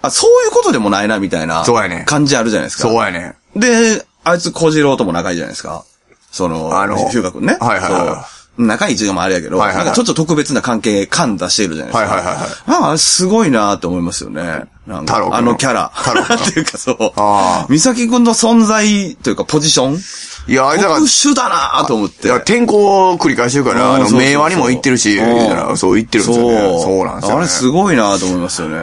あ、そういうことでもないな、みたいな、
そうやね
感じあるじゃないですか。
そうやね。
で、あいつ小次郎とも仲いいじゃないですか。その、
あの
修学ね。
はいはいはい
そう仲いい時間もあれやけど、
はいはいはい
なんかちょっと特別な関係感出してるじゃないですか。
はいはいはいはい
まああれすごいなと思いますよね。なん
太郎
か、
君
あのキャラ。
太郎君
*laughs* っていうかそう
ああ。
美咲くんの存在というかポジション
いや、あれだから
特、殊だなと思って。
いや転校を繰り返してるから、あ
う
の、
んそうそうそう
名和にも行ってるし、
うん
言うたらそう言ってるんですよね。そうなんですよ、ね。
あれすごいなと思いますよね。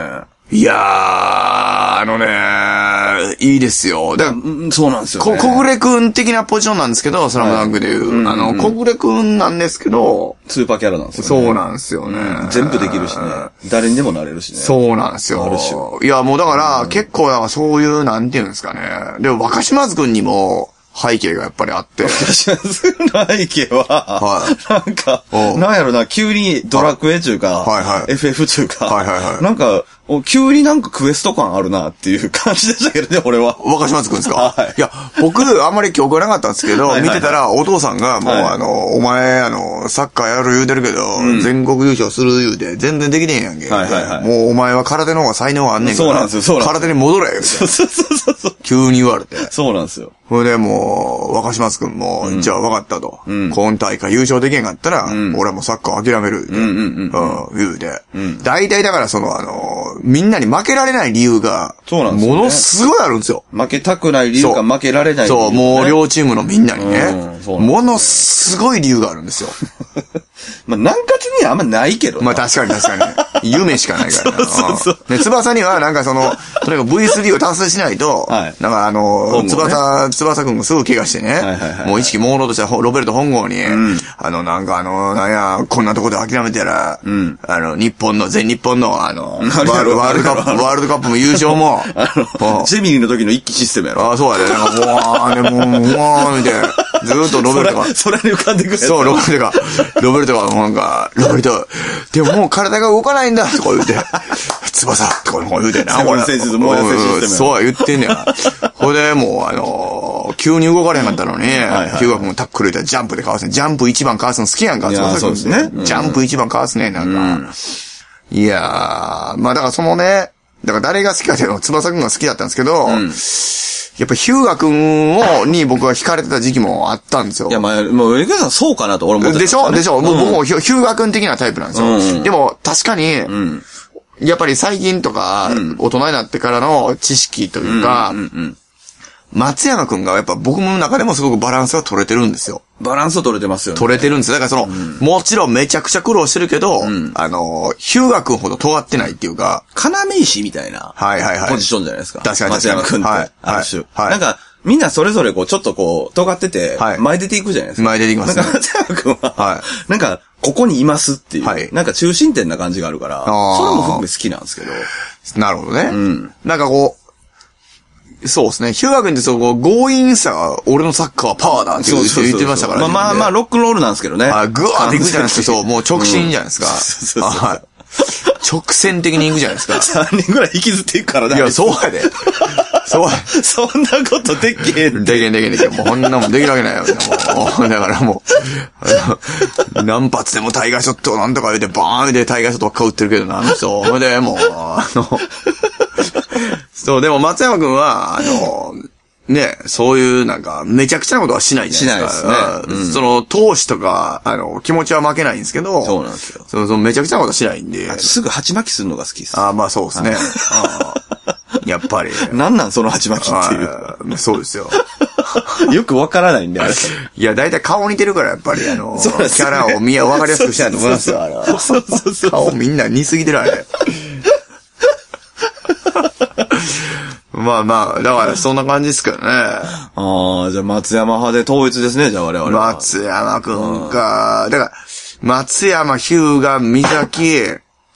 いやー、あのね、いいですよ。だから
うん、そうなんですよ、
こ、
ね。
小暮くん的なポジションなんですけど、スラムダンクでいう。あの、小暮くんなんですけど、
スーパーキャラなんですよ、ね。
そうなんですよね。
全部できるしね。誰にでもなれるしね。
そうなんですよ。
ある種
いや、もうだから、結構、なんかそういう、なんていうんですかね。でも、若島津くんにも、背景がやっぱりあって。
*laughs* 私はすぐの背景は、
は
なんか、
うん
なんやろな、急にドラクエ中か、
はいはい
FF 中か、
はいはいはい
なんか、お急になんかクエスト感あるなっていう感じでしたけどね、
*laughs*
俺は。
若島津くんですか、
はい
や、僕、あんまり記憶がなかったんですけど、
はいはい
見てたら、お父さんが、もう、
はい
あの、お前、あの、サッカーやる言うてるけど、全国優勝する言うて、全然できねえやんけ。
はいはいはい
もう、お前は空手の方が才能あんねんから。
そうなんですよそうなんですよ
空手に戻れ、言うて
そうそうそうそう。
急に言われて。
そうなんですよ。
それでもう、若島津くんも、じゃあ分かったと。今大会優勝できへんかったら、俺はもうサッカー諦める。うん言うで。大体だからその、あの、みんなに負けられない理由が、
そうなんですよね
ものすごいあるんですよ。
負けたくない理由
そ
か
う
負けられない理由
そ
か
う、
ね、
もう両チームのみんなに
う
ね
ん、そうなんですよ
ものすごい理由があるんですよ。
まあ、南葛にはあんまないけど
*laughs*
な。
まあ確かに確かに。夢しかないからな。
*laughs* そうそう
で、翼にはなんかその、とにかく V3 を達成しないと、
はい
なんかあの、
本郷ね
翼、翼くんがすぐ怪我してね、
いはいはい
もう意識朦朧としたほロベルト本郷に、あの、なんかあの、なんや、こんなとこで諦めたら、あの、日本の、全日本のあの、ワ
なるや
ール
ろ
ワールドカップ、ワールドカップも優勝も、うん
ジェミニの時の一期システムやろ。
ああ、そうやで、なんか、うわー、でも、うわー、みたいな。ずーっとロベルトが、
それに浮かんでくる
そう、ロベルトが、ロベルトが、なんか、ロベルト、でももう体が動かないんだ、とか言うて、翼、とか言うてな、
セブンセンスズモーニングセンスシステムや
そう、言ってんねや。ほいで、もう、あのー、急に動かれへんかったのに
はいは、い
中学もタックルでジャンプでかわすね。ジャンプ一番かわすの好きやんか、
いや
翼君
そうですねうん
ジャンプ一番かわすね、なんか。いやー、まあだからそのね、だから誰が好きかっていうのは翼くんが好きだったんですけど、やっぱヒューガ君を、に僕は惹かれてた時期もあったんですよ。
いや、まあ、もう、エグさんそうかなと俺も思ってた
でしょでしょ、もう
うん
僕もヒュヒューガ君的なタイプなんですよ。
うん
でも、確かに、
うん。
やっぱり最近とか、大人になってからの知識というか、
うんうん。
松山君がやっぱ僕の中でもすごくバランスが取れてるんですよ。
バランスを取れてますよね。
取れてるんですよ。だからその、もちろんめちゃくちゃ苦労してるけど、あの、ヒューガ君ほど尖ってないっていうか、
要石みたいな。
はいはいはい
ポジションじゃないですか。
確かに
松山
確かに
君って。
はい
ある種。
はいはい
なんか、みんなそれぞれこう、ちょっとこう、尖ってて、
はい
前出ていくじゃないですか。
前出てきますね
なんか松山君は、
は
なんか、ここにいますっていう、
はい
なんか中心点な感じがあるから、それ
あー
も含め好きなんですけど。
なるほどね。
ん
なんかこう、そうですね。ヒューガ君ってその強引さが俺のサッカーはパワーだって言って言ってましたからね。
まあまあまあ、ロックンロールなんですけどね。
あ、グワーっていくじゃないですか。そう、もう直進じゃない
い
ですか。
そうそうそう
はい直線的に行くじゃないですか。
3人ぐらい引きずっていくからね。
いや、そう *laughs* やで。そうや。
そんなことでき
*laughs*
へん。
できんできんできん。もうこんなもんできるわけないよ。もうだからもう、あの何発でもタイガーショットなんとか言うて、バーンでタイガーショットばっか打ってるけどな、あの人。ほいで、もう、あの、そう、でも松山くんは、あの、ね、そういうなんか、めちゃくちゃなことはしないじゃないですか。
しないですね
うんその、投資とか、あの、気持ちは負けないんですけど、
そうなんですよ
そのそのめちゃくちゃなことはしないんで、
すぐ鉢巻きするのが好きです。
ああ、まあそうですね。ああやっぱり。
なん *laughs* なんその鉢巻きっていう。
はいそうですよ。
よくわからないん
*laughs*
で、あれ。
いや、だいたい顔似てるから、やっぱり、あの、キ
*laughs* そうです
ャ
ね
ラを見や、わかりやすくしないと思いますよ、あれは。
そうそうそう。
顔みんな似すぎてる、あ
*laughs*
れ。まあまあ、だから、そんな感じですけどね。
ああ、じゃあ松山派で統一ですね、じゃあ我々は。
松山くんか。だから、松山、ヒューガ、三崎、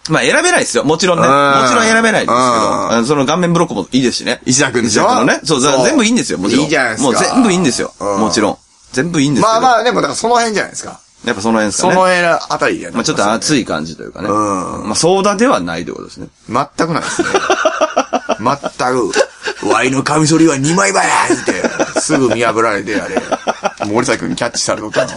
まあ選べないですよ。もちろんね。
うん
もちろん選べないですけど。
うん
あのその顔面ブロックもいいですしね。
石田くんでしょ
あのね。そう、だから全部いいんですよ、もちろん。
いいじゃないですか
もう全部いいんですよ。
うん
もちろん。全部いいんですけど。
まあ
まあ
まあ、でも、だからその辺じゃないですか。
やっぱその辺ですか
そ
ね。
の辺あたりやな。
まあちょっと熱い感じというかね。
ん
まあ相談ではないということですね。
全くないですね。 *laughs* 全く。ワイのカミソリは2枚ばやって、すぐ見破られて、あれ。森崎君にキャッチされとったの。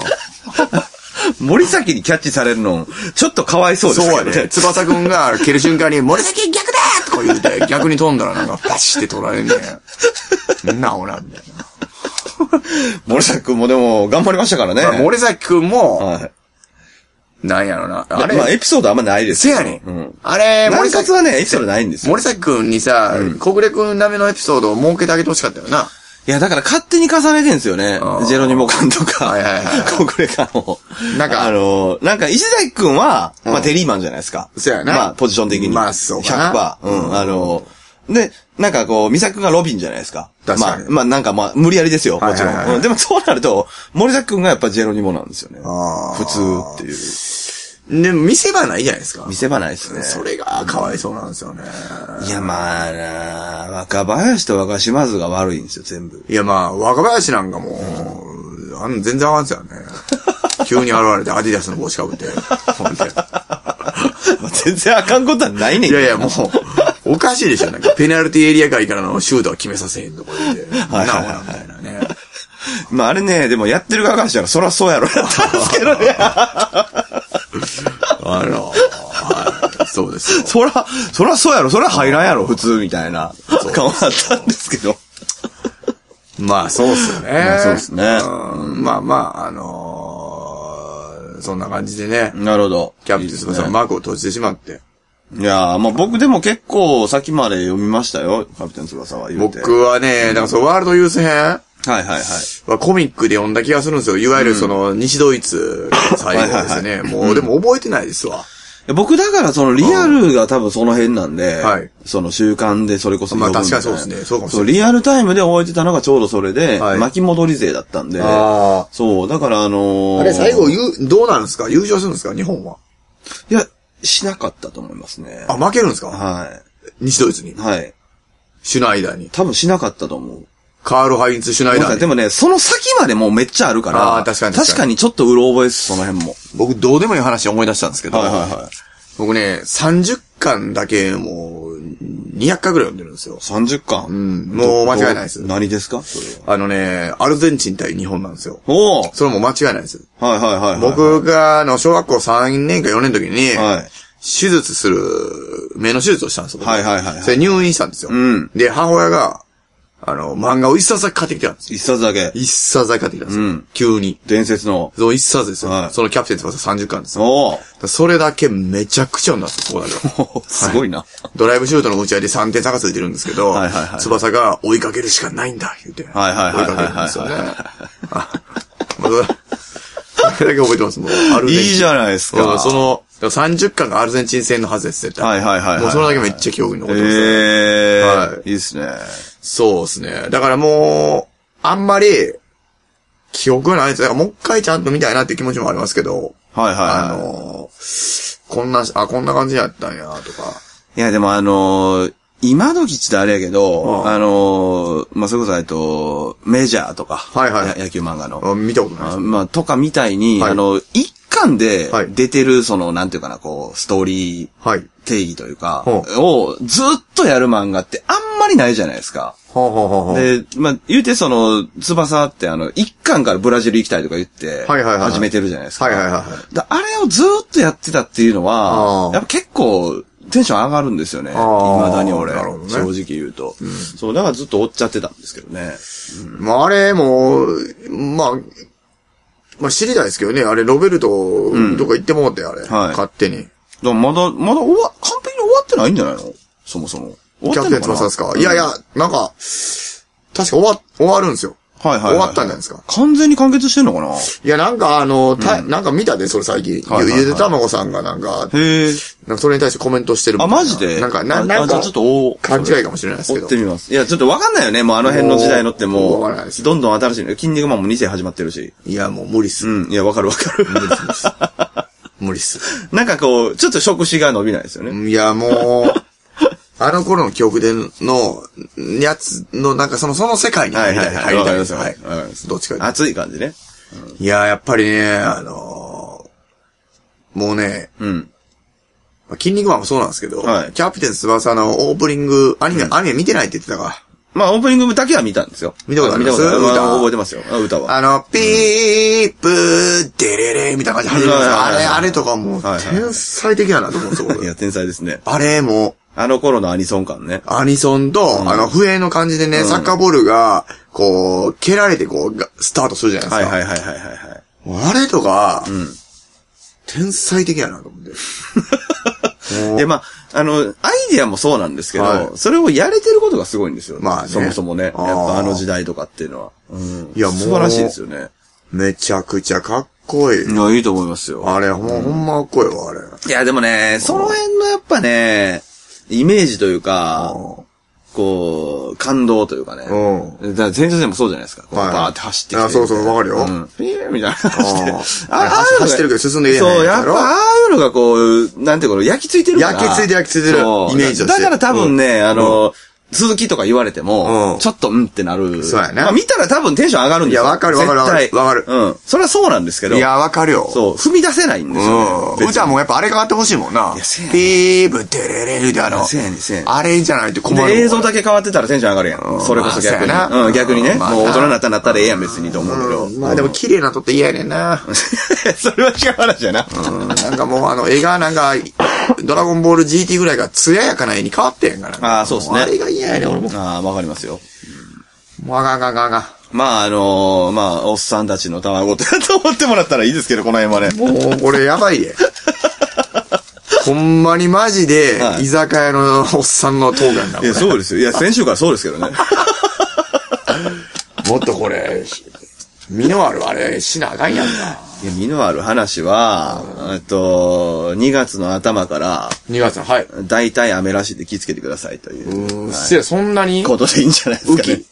森崎にキャッチされるの、ちょっとかわいそうです
そう
けど
や
ね。
で。 *laughs* 翼君が蹴る瞬間に、森崎逆だとか言うて、逆に飛んだらなんか、パシって取られんねん。んなおらんねん
森崎くんもでも、頑張りましたからね。
まあ森崎君も、
はい。
なんやろな。あ
あれまあ、
れ、
エピソードあんまないです
せ
けど
やね
うん
ん。。あれ、
森
森
崎
崎、
はね、エピソードないんですよ。
森崎君にさ、小暮君なめのエピソードを設けてあげてほしかったよな。
いや、だから勝手に重ねてんですよね
あ。ー
ジェロニモカンとか
はいはいは、
コグレカンを。
なんか
あのー、なんか、石崎くんは、まあ、テリーマンじゃないですか。
そうやな
まあ、ポジション的に。
まあそうかな
100%。うん、あのー、で、なんかこう、美咲くんがロビンじゃないですか。
確かに
まあ、まあ、なんかまあ、無理やりですよ、もちろ
はいはいはい
んうん。でも、そうなると、森崎くんがやっぱジェロニモなんですよね。
あー
普通っていう。
でも見せ場ないじゃないですか
見。せ場ないですね。
それが、かわいそうなんですよね。
いや、まあなあ、若林と若島津が悪いんですよ、全部。 *laughs*
いやまあ、若林なんかもう、あん全然合わんすよ
*laughs*
ね。急に現れてアディダスの帽子かぶって。ほんで
全然あかんことはないねん
い
け
や
ど
いや、もう、おかしいでしょ。なんか、ペナルティエリア外からのシュートは決めさせへんとこで。
はいはい
なおなみたいなね。
まああれね、でもやってる側からしたらそらそうやろ *laughs* な、ですけどね。
あの、はいそうですよ。
そら、そらそうやろ、そら入らんやろ、普通みたいな顔だったんですけど。
まあ、そうっすよね。
まあそうっすね
うんまあまあ、あのーそんな感じでね。
なるほど。
キャプテン翼の
いいですね
マークを閉じてしまって。
いやーまあ僕でも結構先まで読みましたよ、キャプテン翼は言うて。
僕はね、なんかそのワールドユース編
はいはいはい。
はコミックで読んだ気がするんですよ。いわゆるその、西ドイツの最後ですね。もう、でも覚えてないですわ。
いや僕だからそのリアルが多分その辺なんで、
はい
その習慣でそれこそ
まあ
読むみたい
確
な
かにそうですねそうかもしれ
う、リアルタイムで終えてたのがちょうどそれで、
はい
巻き戻り勢だったんで
あ、
そう、だからあのー、
あれ、最後、ゆうどうなるんですか優勝するんですか日本は。
いや、しなかったと思いますね。
あ、負けるんですか
は
西ドイツに
い。。はい。
シュナイダーに。
多分しなかったと思う。
カール・ハインツ・シュナイ
な
ダ
ん
ー
かで
に。
もね、その先までもうめっちゃあるから。
あー確かに確かに
ちょっとうろ覚えです、その辺も。
僕、どうでもいい話思い出したんですけど、
い。
僕ね、30巻だけもう、200巻ぐらい読んでるんですよ。
30巻。うん
もう間違いないです
何ですかそれは。
あのね、アルゼンチン対日本なんですよ。
おー
それも間違いないです。
はいはいはいはい。
僕が、あの、小学校3年か4年の時に、
はい。
手術する、目の手術をしたんですよ。僕
はいはいはいはい
それ入院したんですよ。
うん
で、母親が、あの、漫画を一冊だけ買ってきてたんですよ。
一冊だけ。
一冊だけ買ってきたんですよ。
うん
急に。
伝説の。
そう、一冊ですよ。
はい
そのキャプテン翼30巻ですよ。
おお
だからそれだけめちゃくちゃになってこうなる。
*laughs* すごいな。
ドライブシュートの打ち合いで3点差がついてるんですけど、
はいはいはい
翼が追いかけるしかないんだ、言うて。
はいはいはいはいはい
追いかけるんですよね。あまあそれそれだけ覚えてます、もう。アルゼンチン
いいじゃないですか
うんその、だから30巻がアルゼンチン戦のはずです、絶対。
はいはいはいはい
もうそれだけめっちゃ記憶に残ってます、
え
は
え。いいですね。
そうですね。だからもう、あんまり、記憶がないです。だからもう一回ちゃんと見たいなっていう気持ちもありますけど、
は
あ
いはいは
のーこんな、あ、こんな感じやったんや、とか。
い。いや、でもあのー、今時ちょっとあれやけ
うん
ど、あのー、まあ、それこそ、えっと、メジャーとか、
はいはい
や野球漫画の。
あ見たことないです
あ。まあ、とかみたいに、
はい
あの、一巻で
はい
出てる、その、なんていうかな、こう、ストーリー
はい。
定義というか、
ほ
をずっとやる漫画ってあんまりないじゃないですか。
ほうほうほうほう。
で、まあ、言うてその、翼ってあの、一巻からブラジル行きたいとか言って、
はいはいはい
始めてるじゃないですか。
はいはいはいはい
だあれをずっとやってたっていうの
あ
は
ー、
やっぱ結構、テンション上がるんですよね。未
ー
だに俺、
なるほどね
正直言うと、そう、だからずっと追っちゃってたんですけどね。
まあ、あれも、まあ、まあ知りたいですけどね。あれ、ロベルトとか行ってもうて、あれ。
はい
勝手に。
だからまだ、まだ終わ、完璧に終わってないんじゃないのそもそも。終
キ
わ
ャ
って
プ
ん
テ
の
ン
か
翼で
な
すか、いやいや、なんか、確か終わ、終わるんですよ。
はいはいはい
終わったんじゃないですか
完全に完結してんのかない
や、なんかあの、たなんか見たで、それ最近。
はいはいはい
ゆゆでたまごさんがなんか、
へえ。
なんかそれに対してコメントしてるみ
あ、
たいな
マジで
なんか、な
あ
なん
あじゃ
か
あちょっと追おう、
勘違いかもしれないですけ
追
ど
って。みます。いや、ちょっとわかんないよね。もうあの辺の時代のって
もう
も
わからないで
う、
す
どんどん新しいの。筋肉マンも2世始まってるし。
いや、もう無理っ
*laughs*
す。
うん。いや、わかるわかる。
無理っす。
*laughs* なんかこう、ちょっと触手が伸びないですよね。
いや、
*laughs*
もう、あの頃の記憶での、やつの、なんかその、その世界に入りたい。入り
わか
た
り
いで。
ますす
は
はいい。わかります
どっちかに
熱い感じね。
いや、やっぱりね、あのーもうね、
うん。
まあ筋肉マンもそうなんですけど、
はい
キャプテン翼のオープニング、アニメ、アニメ見てないって言ってたから。
まあ、オープニングだけは見たんですよ。
見たことあります
見たことある
歌
あ覚えてますよ。あ歌は。
あの、ピープー、デレレーみたいな感じで始まるんですよ
はい
あ
はいはい
れ、あれとかもう、
はいはい
天才的やなと思うんですよ、
い
僕
や、天才ですね。
あれも、
あの頃のアニソン感ね。
アニソンと、あの、笛の感じでね、サッカーボールが、こう、蹴られて、こう、がスタートするじゃないですか。
はいはいはいはいはいはい。
もうあれとか、天才的やなと *laughs* 思って。もう
で、まあ、あの、アイディアもそうなんですけど、
はい
それをやれてることがすごいんですよ。
まあね
そもそもね。やっ
あー
ぱあの時代とかっていうのは。うん、
いやもう
素晴らしいですよね。
めちゃくちゃかっこいい。
いや、いいと思いますよ。
あれ、ほんほんまかっこいいわ、あれ。
いや、でもね、その辺のやっぱね、イメージというか、こう、感動というかね。
う
だから前日でもそうじゃないですか。こう
はい
バーって走ってきて。
あそうそうわかるよ
うん。ピーみたいな走って。
あれ走走ってるけど進んでいけへんやつ
そう、
や
やっ
ろ
ぱああいうのがこう、なんていうの、焼き付いてるから。
焼き付いて焼き付いてる
そう
イメージとして
だから多分ね、
うん
あの、続きとか言われても、
うん
ちょっとうんってなる。
そうやね
まあ見たら多分テンション上がるんですよ。
いやわかるわかるわかる
絶対
わかる
うん。それはそうなんですけど。
いや、わかるよ。
そう、踏み出せないんですよ、ね。
うん。
別に
歌もやっぱあれがあってほしいもんな。
いやせやねん
ピーブ、デレレレであの
せやねんせやね、ん
あれじゃないと困るもん。
で、映像だけ変わってたらテンション上がるやん。それこそ逆に。
まあそうやな
うん、逆にね。
まあ
もう大人になったらなったらええやん、別にと思
う
うんけ
ま
ど。
あでも綺麗なとって嫌やねんな。
*laughs* それは違う話やな。
うんなんかもうあの、絵がなんか、ドラゴンボール GT ぐらいが艶やかな絵に変わってんからな。
あーそうっすね
もあれが嫌やねん、俺も。
ああ、わかりますよ。
もうあがんあがんあがんあがん。
まあ、あのーまあ、おっさんたちのたわごとだと思ってもらったらいいですけど、この辺はね。
もう、これやばい
*laughs*
で。ほんまにマジで、
はい
居酒屋のおっさんのトークやんない
や、そうですよ。いや、先週からそうですけどね。
もっとこれ、身のあるあれしなあかんやんな。
いや、身のある話は、えっと、2月の頭から、
2月の、はい。
だいたい雨らしいで気つけてくださいという。
うっせえ、そんなに
ことでいいんじゃないですかね。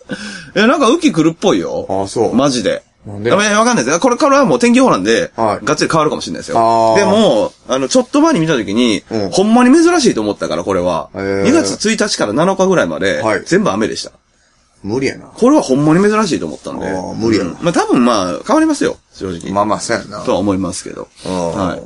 え、なんか雨季来るっぽいよ。
あそう
マジで。
なんで
いやわかんないですこれからはもう天気予報なんで、
はい
がっつり変わるかもしれないですよ。
あー
でも、あの、ちょっと前に見たときに、
うん
ほんまに珍しいと思ったから、これは。
へー
2月1日から7日ぐらいまで、
はい
全部雨でした。
無理やな。
これはほんまに珍しいと思ったんで。
あー無理やな
うんまあ多分まあ、変わりますよ、正直。
まあまあ、そうやな
と。は思いますけど。
うん
はい。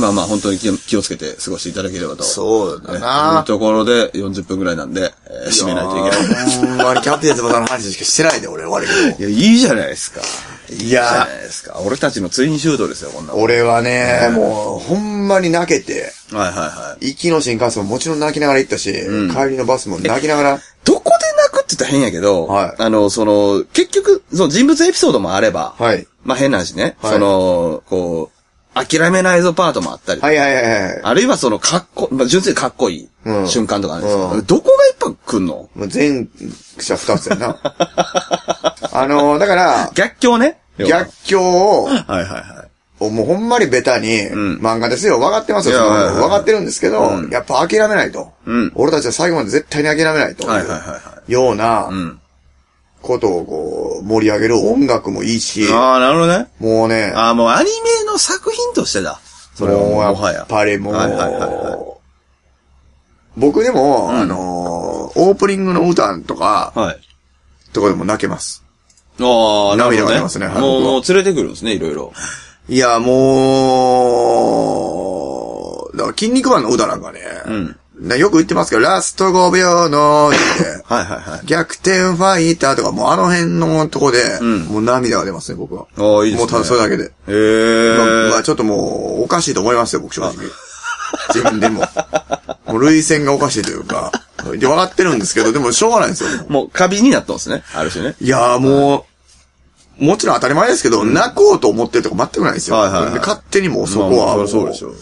まあまあ、本当に気を気をつけて過ごしていただければと。
そうだ
え
な
いう。ところで40分ぐらいなんで、えー締めないといけない。
いやーほんまにキャプテン翼の話しかしてないで、俺、悪いけど。
いや、いいじゃないですか。
い
いや、じゃ
や
ないですか。俺たちのツインシュートですよ、こんな
ー、
もん。
俺はね、もう、ほんまに泣けて、
はいはいはい。
行きの新幹線ももちろん泣きながら行ったし、帰りのバスも泣きながら、
どこで泣くちょっと変やけど、
はい
あの、その、結局、その人物エピソードもあれば、
*laughs* はい
まあ変な話ね、
はい
その、こう、諦めないぞパートもあったり、
はいはいはいはい。
あるいはその、かっこ、まあ純粋にかっこいい
うん
瞬間とかあるんですけど、
うん
どこが一番来んの
もう前者二つや *laughs* な。あのー、だから、
逆境ね。
逆境を、
はいはいはい。
もうほんまにベタに、
ん
漫画ですよ。分かってますよ。
いや
その
はいはいはい
分かってるんですけど、やっぱ諦めないと、
うん
俺たちは最後まで絶対に諦めないと。
はいはいはいは
ような
う、ん。
ことをこう、盛り上げる音楽もいいし、
ああ、なるほどね。
もうね、
ああ、もうアニメの作品としてだ。それはもう
もう
もは
や
や
っ。ぱりも
はいはいはいは
う、僕でも、あのー、オープニングの歌とか、
はい。
とかでも泣けます。
ああ、なる
涙が
ほど
出
ね。
ますねはい
もう、
僕は
もう連れてくるんですね、いろいろ。
いや、もう、だから、筋肉マンの歌なんかね、なよく言ってますけど、ラスト5秒の、
*laughs*
って
はいはいはい。
逆転ファイターとか、もうあの辺のとこで、
ん
もう涙が出ますね、僕は。
ああ、いいですね。
もうただそれだけで。
え
まあ、ま
え
あちょっともう、おかしいと思いますよ、僕正直。自分でも。もう、類線がおかしいというか。で、分かってるんですけど、でも、しょうがないんですよ。もう
もう、カビになったんですね。ある種ね。
いやーもう、もちろん当たり前ですけど、泣こうと思ってるとか全くないですよ。
はいはいはい
で勝手にもうそこ
まあ
は
ま
も
あ
う。
そうでしょう。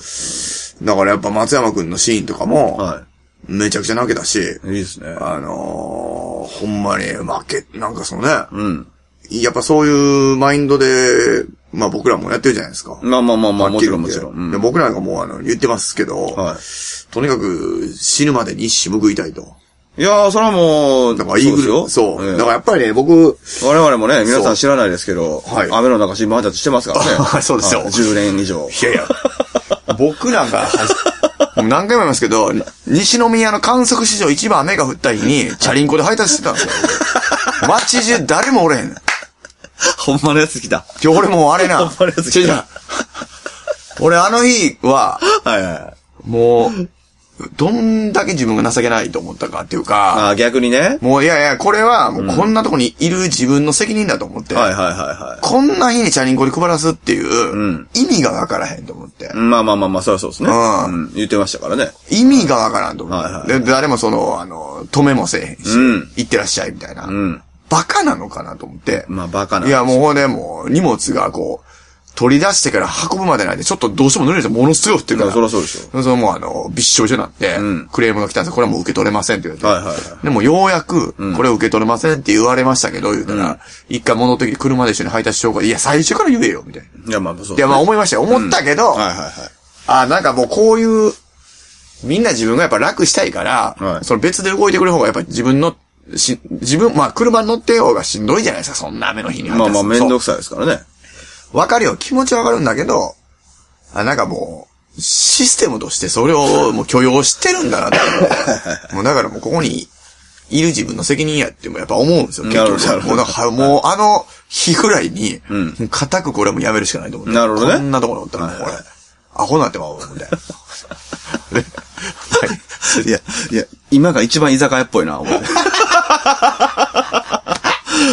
だからやっぱ松山くんのシーンとかも、
は
めちゃくちゃ泣けたし、
い。いいですね。
あのー、ほんまに負け、なんかそのね、
うん。
やっぱそういうマインドで、まあ僕らもやってるじゃないですか。
まあまあまあまあ、
はっ
も
き
ち
り
ろ
言
ん
っ
も
て
ちろん。うん
で僕なんかもうあの言ってますけど、
は
とにかく死ぬまでに一矢報いたいと。
い。いやー、それはもう、
だからイーグル、
そうですよ
そう。
ええ
だからやっぱりね、僕、
我々もね、皆
そ
さ
うん
知らないですけど、
はい
雨の中新聞配達してます *laughs* からね
はい。そうですよ
はい10年以上。
いやいや、 *laughs* 僕なんか、もう何回も言いますけど、西宮の観測史上一番雨が降った日に、チャリンコで配達してたん *laughs* ですよ。街中誰もおれへん。
ほんまのやつ来た。
今日俺もうあれ *laughs* な。
ほんまですか
違う違う俺あの日は、
はいはい。
もう、どんだけ自分が情けないと思ったかっていうか、
あー逆にね。
もういやいや、これはもうこんなとこにいる自分の責任だと思って、
はいはいはいは
こんな日にチャリンコで配らすっていう
うん、
意味がわからへんと思って。
い。まあまあまあまあ、そりゃそうですね。
うん
うん。言ってましたからね。
意味がわからんと思う。
はいはい
で、誰もその、あの、止めもせえへんし、
うん
行ってらっしゃいみたいな。
うん。
バカなのかなと思って。
まあ、バカな。
いや、もうほんで、もう、荷物がこう、取り出してから運ぶまでないで、ちょっとどうしても濡れるんですよ。ものすごい降ってるから。
いやそらそうでしょ
そのもうあの、びっしょびしょになって、
ん
クレームが来たんですよ。これはもう受け取れませんって言われて。
はいはいはい
でもようやく、これを受け取れませんって言われましたけど、言うたら、一回戻ってきて車で一緒に配達しようか。いや、最初から言えよ、みたいな。
いや、まあ、そうですね。
いや、まあ思いましたよ。思ったけど、
はいはいはい。
あ、なんかもうこういう、みんな自分がやっぱ楽したいから、
はい
その別で動いてくれる方がやっぱ自分の、し、自分、まあ車に乗ってようがしんどいじゃないですか、そんな雨の日に
まあまあ、めんど
く
くさいですからね。
わかるよ、気持ちはわかるんだけど、あ、なんかもう、システムとしてそれをもう許容してるんだな *laughs* って。もうだからもうここにいる自分の責任やってもやっぱ思うんですよ、結
なるほどなる
局。もう
ほど
だからもうあの日ぐらいに、もう固くこれはもうやめるしかないと思って。
なるほどね
こんなところおったらもうこれ、アホになってまうわ、みたいな。
いや、いや、今が一番居酒屋っぽいな、思 *laughs* って。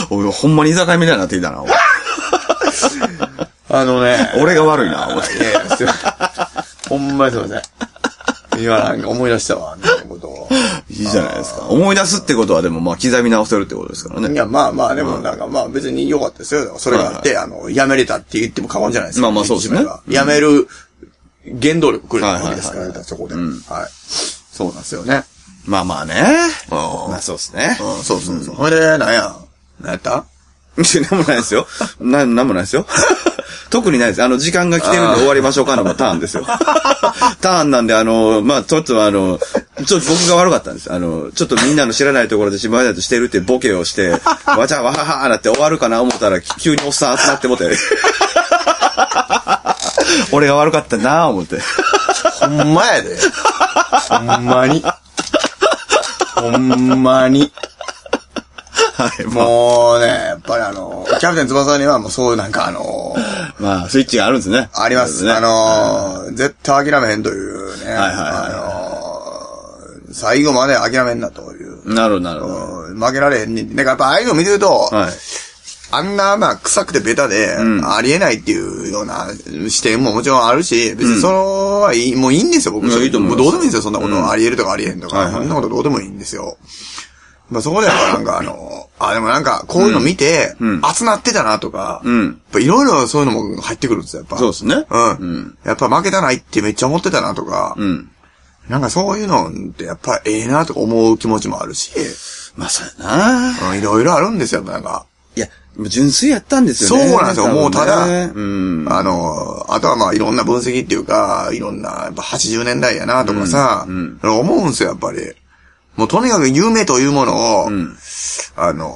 俺、ほんまに居酒屋みたいになってきた *laughs* な、思って
あのね、
俺が悪いな、思って。
*laughs* いやいや、すいません。ほんまにすいません。今なんか思い出したわ、みたいなことを。
いいじゃないですか。思い出すってことは、でも、まあ、刻み直せるってことですから
い
ね。
や、まあまあ、でもなんか、まあ別に良かったですよ。だからそれがあって、あの、辞めれたって言っても過言じゃないですか。
まあまあそうですね
辞める原動力くれたわけですか
はい
ら、そこで。はい。そうなんですよね。
まあまあね。
うん
まあ、そうですね。 *laughs*
うん、そうそうそう。ほいで、なんや。なんやった
なんもないですよ。な、なんもないですよ。 *laughs* 特にないです。あの、時間が来てるんで終わりましょうかのターンで
*laughs*
すよ。ターンなんで、あの、まあ、ちょっとあの、ちょっと僕が悪かったんです。あの、ちょっとみんなの知らないところで芝居だとしてるってボケ
*laughs*
をして、わちゃわははなって終わるかな思ったら、急におっさん集まって
*laughs*
もて。俺が悪かったなぁ思って。
ほんまやで。ほんまに。ほんまに。
はい、もう。
もうね、やっぱりあの、キャプテン翼にはもうそういうなんかあの、
まあ、スイッチがあるんですね。
あります。
ね。
あのー、絶対諦めへんというね。
いはいはい
あのー、最後まで諦めんなという。
なるほど、なるほど。
うん負けられへんねん。なんかやっぱああいうの見てると、
はい。
あんな、まあ、臭くてベタで、ありえないっていうような視点ももちろんあるし、別にそのはいい、もういいんですよ、僕。
いやいいと思い
も
ま
うどう
す
でもいいんですよ、そんなこと。ありえるとかありえへんと
はい
か。
はい
そんなことどうでもいいんですよ。まあそこでやっぱなんかあの、あ、でもなんかこういうの見て、
うん
集まってたなとか、
うん
やっぱいろいろそういうのも入ってくるんですよ、やっぱ。
そうですね。
うん。
うん。
やっぱ負けたないってめっちゃ思ってたなとか、
うん。
なんかそういうのってやっぱええなとか思う気持ちもあるし、
まさやな
うん、いろいろあるんですよ、なんか。
いや、純粋やったんですよね。
そうなんですよ
多分ね
もうただ
うん。
あの、あとはまあいろんな分析っていうか、いろんな、やっぱ80年代やなとかさ、
うん
思うんですよ、やっぱり。もうとにかく有名というものを、
ん
あの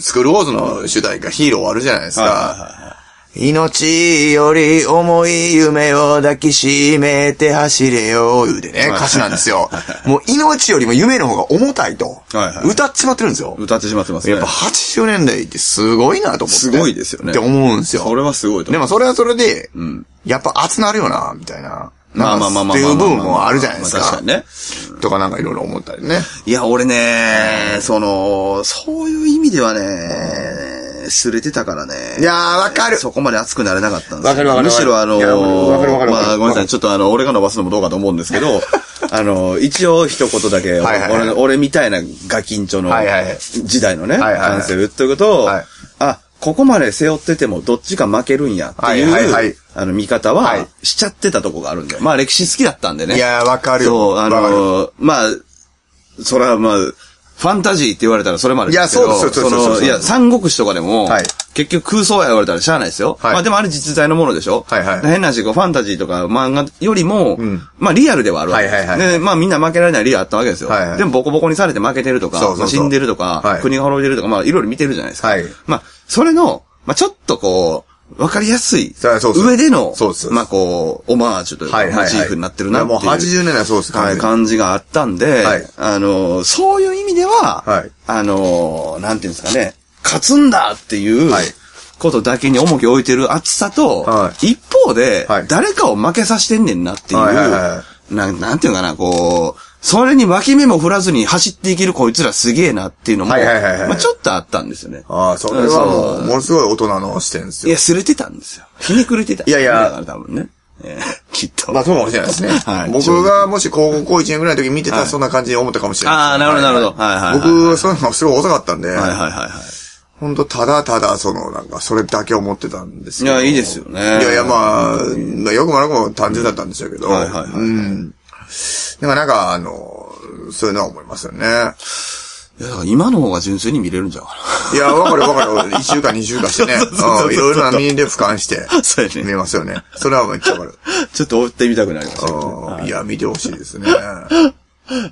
スクールウォーズの主題歌ヒーローあるじゃないですか。命より重い夢を抱きしめて走れよ、言うでね、歌詞なんです
*laughs*
よ。もう命よりも夢の方が重たいと
はいはい、
歌っちまってるんですよ。
歌ってしまってますね。
やっぱ80年代ってすごいなと思って。
すごいですよね
って思うんですよ。
それはすごいと
で
思
も
う。
それはそれで、
ん
やっぱ熱なるよな、みたいな。
まあまあまあまあまあま
っ
あ
ていう部分もあるじゃないですか。
まあ確かにね。
とかなんかいろいろ思ったりね。
いや、俺ね、その、そういう意味ではね、すれてたからね。
いやー、わかる。
そこまで熱くなれなかったんですよ
わかるわかる
むしろあの
いやわかるわかるわかる
まあごめんなさい、ちょっとあの、俺が伸ばすのもどうかと思うんですけ
*laughs*
ど、あの、一応一言だけ、
はいはいはい
俺の俺みたいなガキンチョの
はいはいはい
時代のね、
はいはいはい
感性を言っとくと
はい、
あ、ここまで背負っててもどっちか負けるんやって、
はいはいはいいう
あの、見方
はい
はしちゃってたとこがあるんで。まあ歴史好きだったんでね。
いやー、わかるよ。
そう、あ
わかる
のーまあ、それはまあ、ファンタジーって言われたらそれまでですけど
いやそうですそうですそうですそう
の
です
いや、三国志とかでも、
はい
結局空想や言われたらしゃあないですよ。
はい
まあでもあれ実在のものでしょ、
はいはい
変な話、こうファンタジーとか漫画よりも、
ん
まあリアルではあるわけです。
はいはいはい
でまあみんな負けられない理由あったわけですよ。
はいはい
でもボコボコにされて負けてるとか、
そうそうそう
まあ死んでるとか、
はい
国が滅びてるとか、まあいろいろ見てるじゃないですか。
はい
まあ、それの、まあちょっとこう、わかりやすい
そうそうそう
上での
そうです、
まあこう、オマージュというか、モチーフになってるなっていう。
いやもう80年代そうですか
は
ら
い、感じがあったんで、
はい
あの、そういう意味では、
はい
あの、なんていうんですかね、勝つんだっていう、
はい
ことだけに重きを置いてる熱さと、
は
一方で、
はい
誰かを負けさせてんねんなっていう、
はいはいは
なん、なんていうのかな、こう、それに脇目も振らずに走っていけるこいつらすげえなっていうのも、
はいはいはいはい
まあちょっとあったんですよね。
ああ、それはも、
そう
ものすごい大人の視点です
い
よ
や、。すれてたんですよ。ひねくれてたんですよ。
いやいや
だから多分ね。えーきっと。
まあそうかもしれないですね。
はい
僕がもし高校高1年ぐらいの時見てたら
はい
そんな感じに思ったかもしれない。
ああ、なるほど、なるほど。はいはいはい。
僕はそういうのがすごい遅かったんで、
はいはいはいはい。
ほんとただただそのなんかそれだけ思ってたんですけど
いやいいですよね
いやいやまあ、まあよくもなくも単純だったんでしょうけど、
はいはいはいはい
うん。だからなんかあの、そういうのは思いますよね。
いや、だから今の方が純粋に見れるんじゃうか
いや、わかるわかる。一週間二週間してね。
う *laughs* そうそう
うんいろいろな面で俯瞰して
な。 *laughs* そうや
見え。ますよね。それはめっちゃわかる。
ちょっと追ってみたくなりましたけどね。
うんいや、見てほしいですね。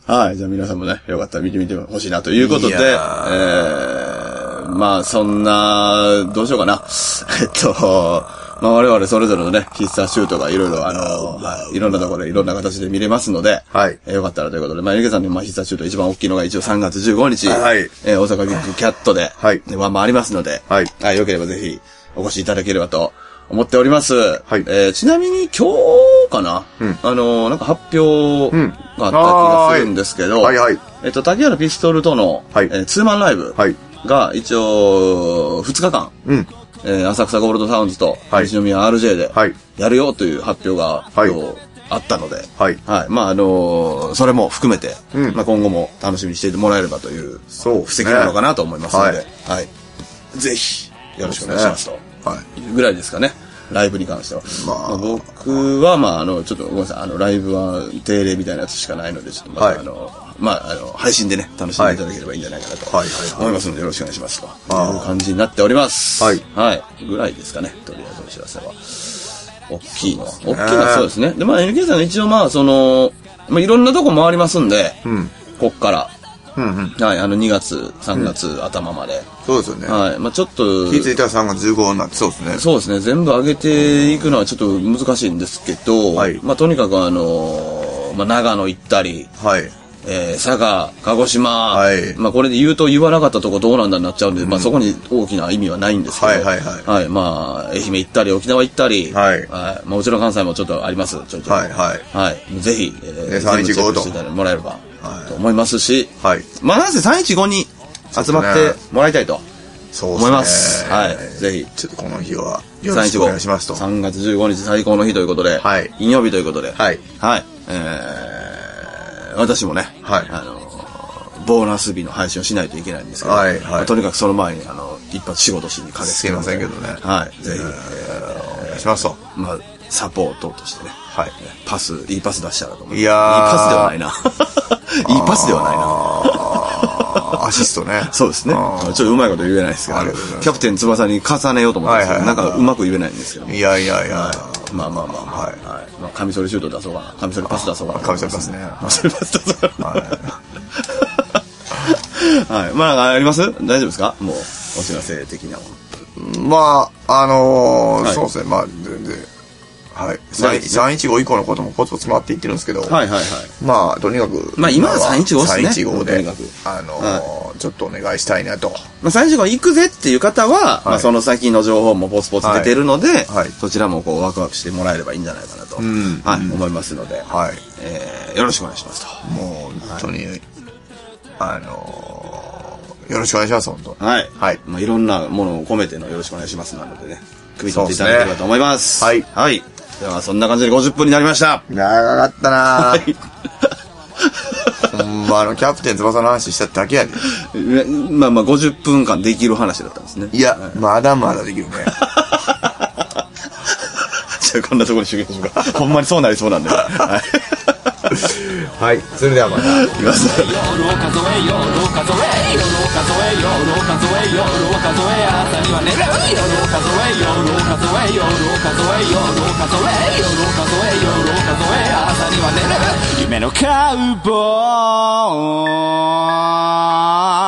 はい。じゃあ皆さんもね、よかったら見てみてほしいなということで、
い
え
やー
ー、まあそんな、どうしようかな。 *laughs* えっと、まあ我々それぞれのね、必殺シュートがいろいろ、あの、はいいろんなところでいろんな形で見れますので、
はい
えーよかったらということで、まあゆけさんのまあ必殺シュート一番大きいのが一応3月15日、
はい
えー大阪ビッグキャットで、
はい
でワンマンありますので、
はい
はい、よければぜひお越しいただければと思っております。
い
えーちなみに今日かな、あの、なんか発表があった気がするんですけど、
はいはい。
えっと、竹原ピストルとの、
はい
えーツーマンライブ
はい
が、一応、2日間、
うん。
えー浅草ゴールドサウンズと、
はい
西宮 RJ で
はい、
やるよという発表が、
はい
今日あったので、
はい
まあ、あのーそれも含めて、
うん
まあ、今後も楽しみにしていてもらえればという、
そうです
布石
ね
なのかなと思いますので、
はい
はいぜひ、よろしくお願いしますと。
はい。
ぐらいですかね。ライブに関しては。
まあ
まあ、僕は、まあ、あの、ちょっとごめんなさい。あの、ライブは定例みたいなやつしかないので、ちょっとまた、
はい
あの、まあ、あの、配信でね、楽しんでいただければいいんじゃないかなと
はいはいはい
思いますので、よろしくお願いしますと。
あー
いう感じになっております。
はい。
はい。ぐらいですかね。とりあえずお知らせは。大きいのは。大きいのはそうですね。で、まあ、NK さんが一応、まあ、その、まあ、いろんなとこ回りますんで、
うん。
こっから、
うんうん。
はい、あの、2月、3月頭まで。
そうですよね。
はい。まあ、ちょっと、
気づいたら3月15になってそうですね。
そうですね、全部上げていくのはちょっと難しいんですけど、
はい
まあ、とにかくあのーまあ、長野行ったり、
はい。
えー佐賀、鹿児島、
はい
まあ、これで言うと言わなかったとこどうなんだになっちゃうんで、まあ、そこに大きな意味はないんですけど、
はいはいはい
まあ、愛媛行ったり、沖縄行ったり、
はい
まあ、もちろん関西もちょっとあります、ちょいちょい。
はいはい
はいぜひ、えー
ね
全部チェ
315
ック
と
していただいてもらえれば、と思いますし、
はい。
まあ、なんせ315に集まってもらいたいと。
そうですね。
思いますはいぜひ
ちょっとこの日は、よろしくお願いしますと。
3月15日最高の日ということで、
はい
金曜日ということで、
はい
はいえー、私もね、
はい
あのーボーナス日の配信をしないといけないんですけど、
はいはい
まあとにかくその前に、あの、一発仕事しに駆けつけるのです
いませんけどね
はい。ぜひ、
お願いしますと。
まあ、サポートとしてね。
はい。
パス、いいパス出したらと思って。
いやー
いいパスではないな。いいパスではないな。
あーアシストね。
*laughs* そうですね。ち
あ
ょっとうまいこと言えないですけど、
あ
あ
り
の
がとうございます
キャプテン翼に重ねようと思ったんですけど、
はいは
な
は
いん
い
かうまく言えないんですけども。
いやいやいや。
まあまあまあまあ、
はい
はい。まあ、カミソリシュート出そうかな。カミソリパス出そうかな。
カミソリパスね
カミソリパス出そうかな。 *laughs* はい。まあ、なんかあります大丈夫ですかもう、お知らせ的なもの。
まあ、あのー
はい
そうですね、まあ、全然。はい。
大丈
3 1 5以降のこともコツコツ回っていってるんですけど、
はいはいはい。
まあ、とにかく、
まあ今は315っすね
315で
とにかく、
あのーちょっとお願いしたいなと。
まあ、最初が行くぜっていう方は、ま
は
あ、
い
その先の情報もポツポツ出てるので、
はい
そちらもこうワクワクしてもらえればいいんじゃないかなと、
ん
はい、思いますので、
はい。
えー、よろしくお願いしますと。
もう、本当に、あのーよろしくお願いします、本当。
はい。
はい
まあ、いろんなものを込めてのよろしくお願いしますなのでね、組み取っていただければと思います。
そうですね
はい。では、そんな感じで50分になりました。
長かった *laughs* なぁ。ほんま、あの、キャプテン翼の話しただけやで。
え *laughs* まあまあ、50分間できる話だったんですね。
いや、まだまだできるね。
*laughs* じゃあ、こんなところにしときましょうか。ほんまにそうなりそうなんで。はい。
はい。それではまた。
いきます。
夜を数え夜を数え夜を数え夜を数え朝には寝る夜を数え夜を数え夜を数え夜を数え夜を数え夜を数え朝には寝る夢のカウボーイ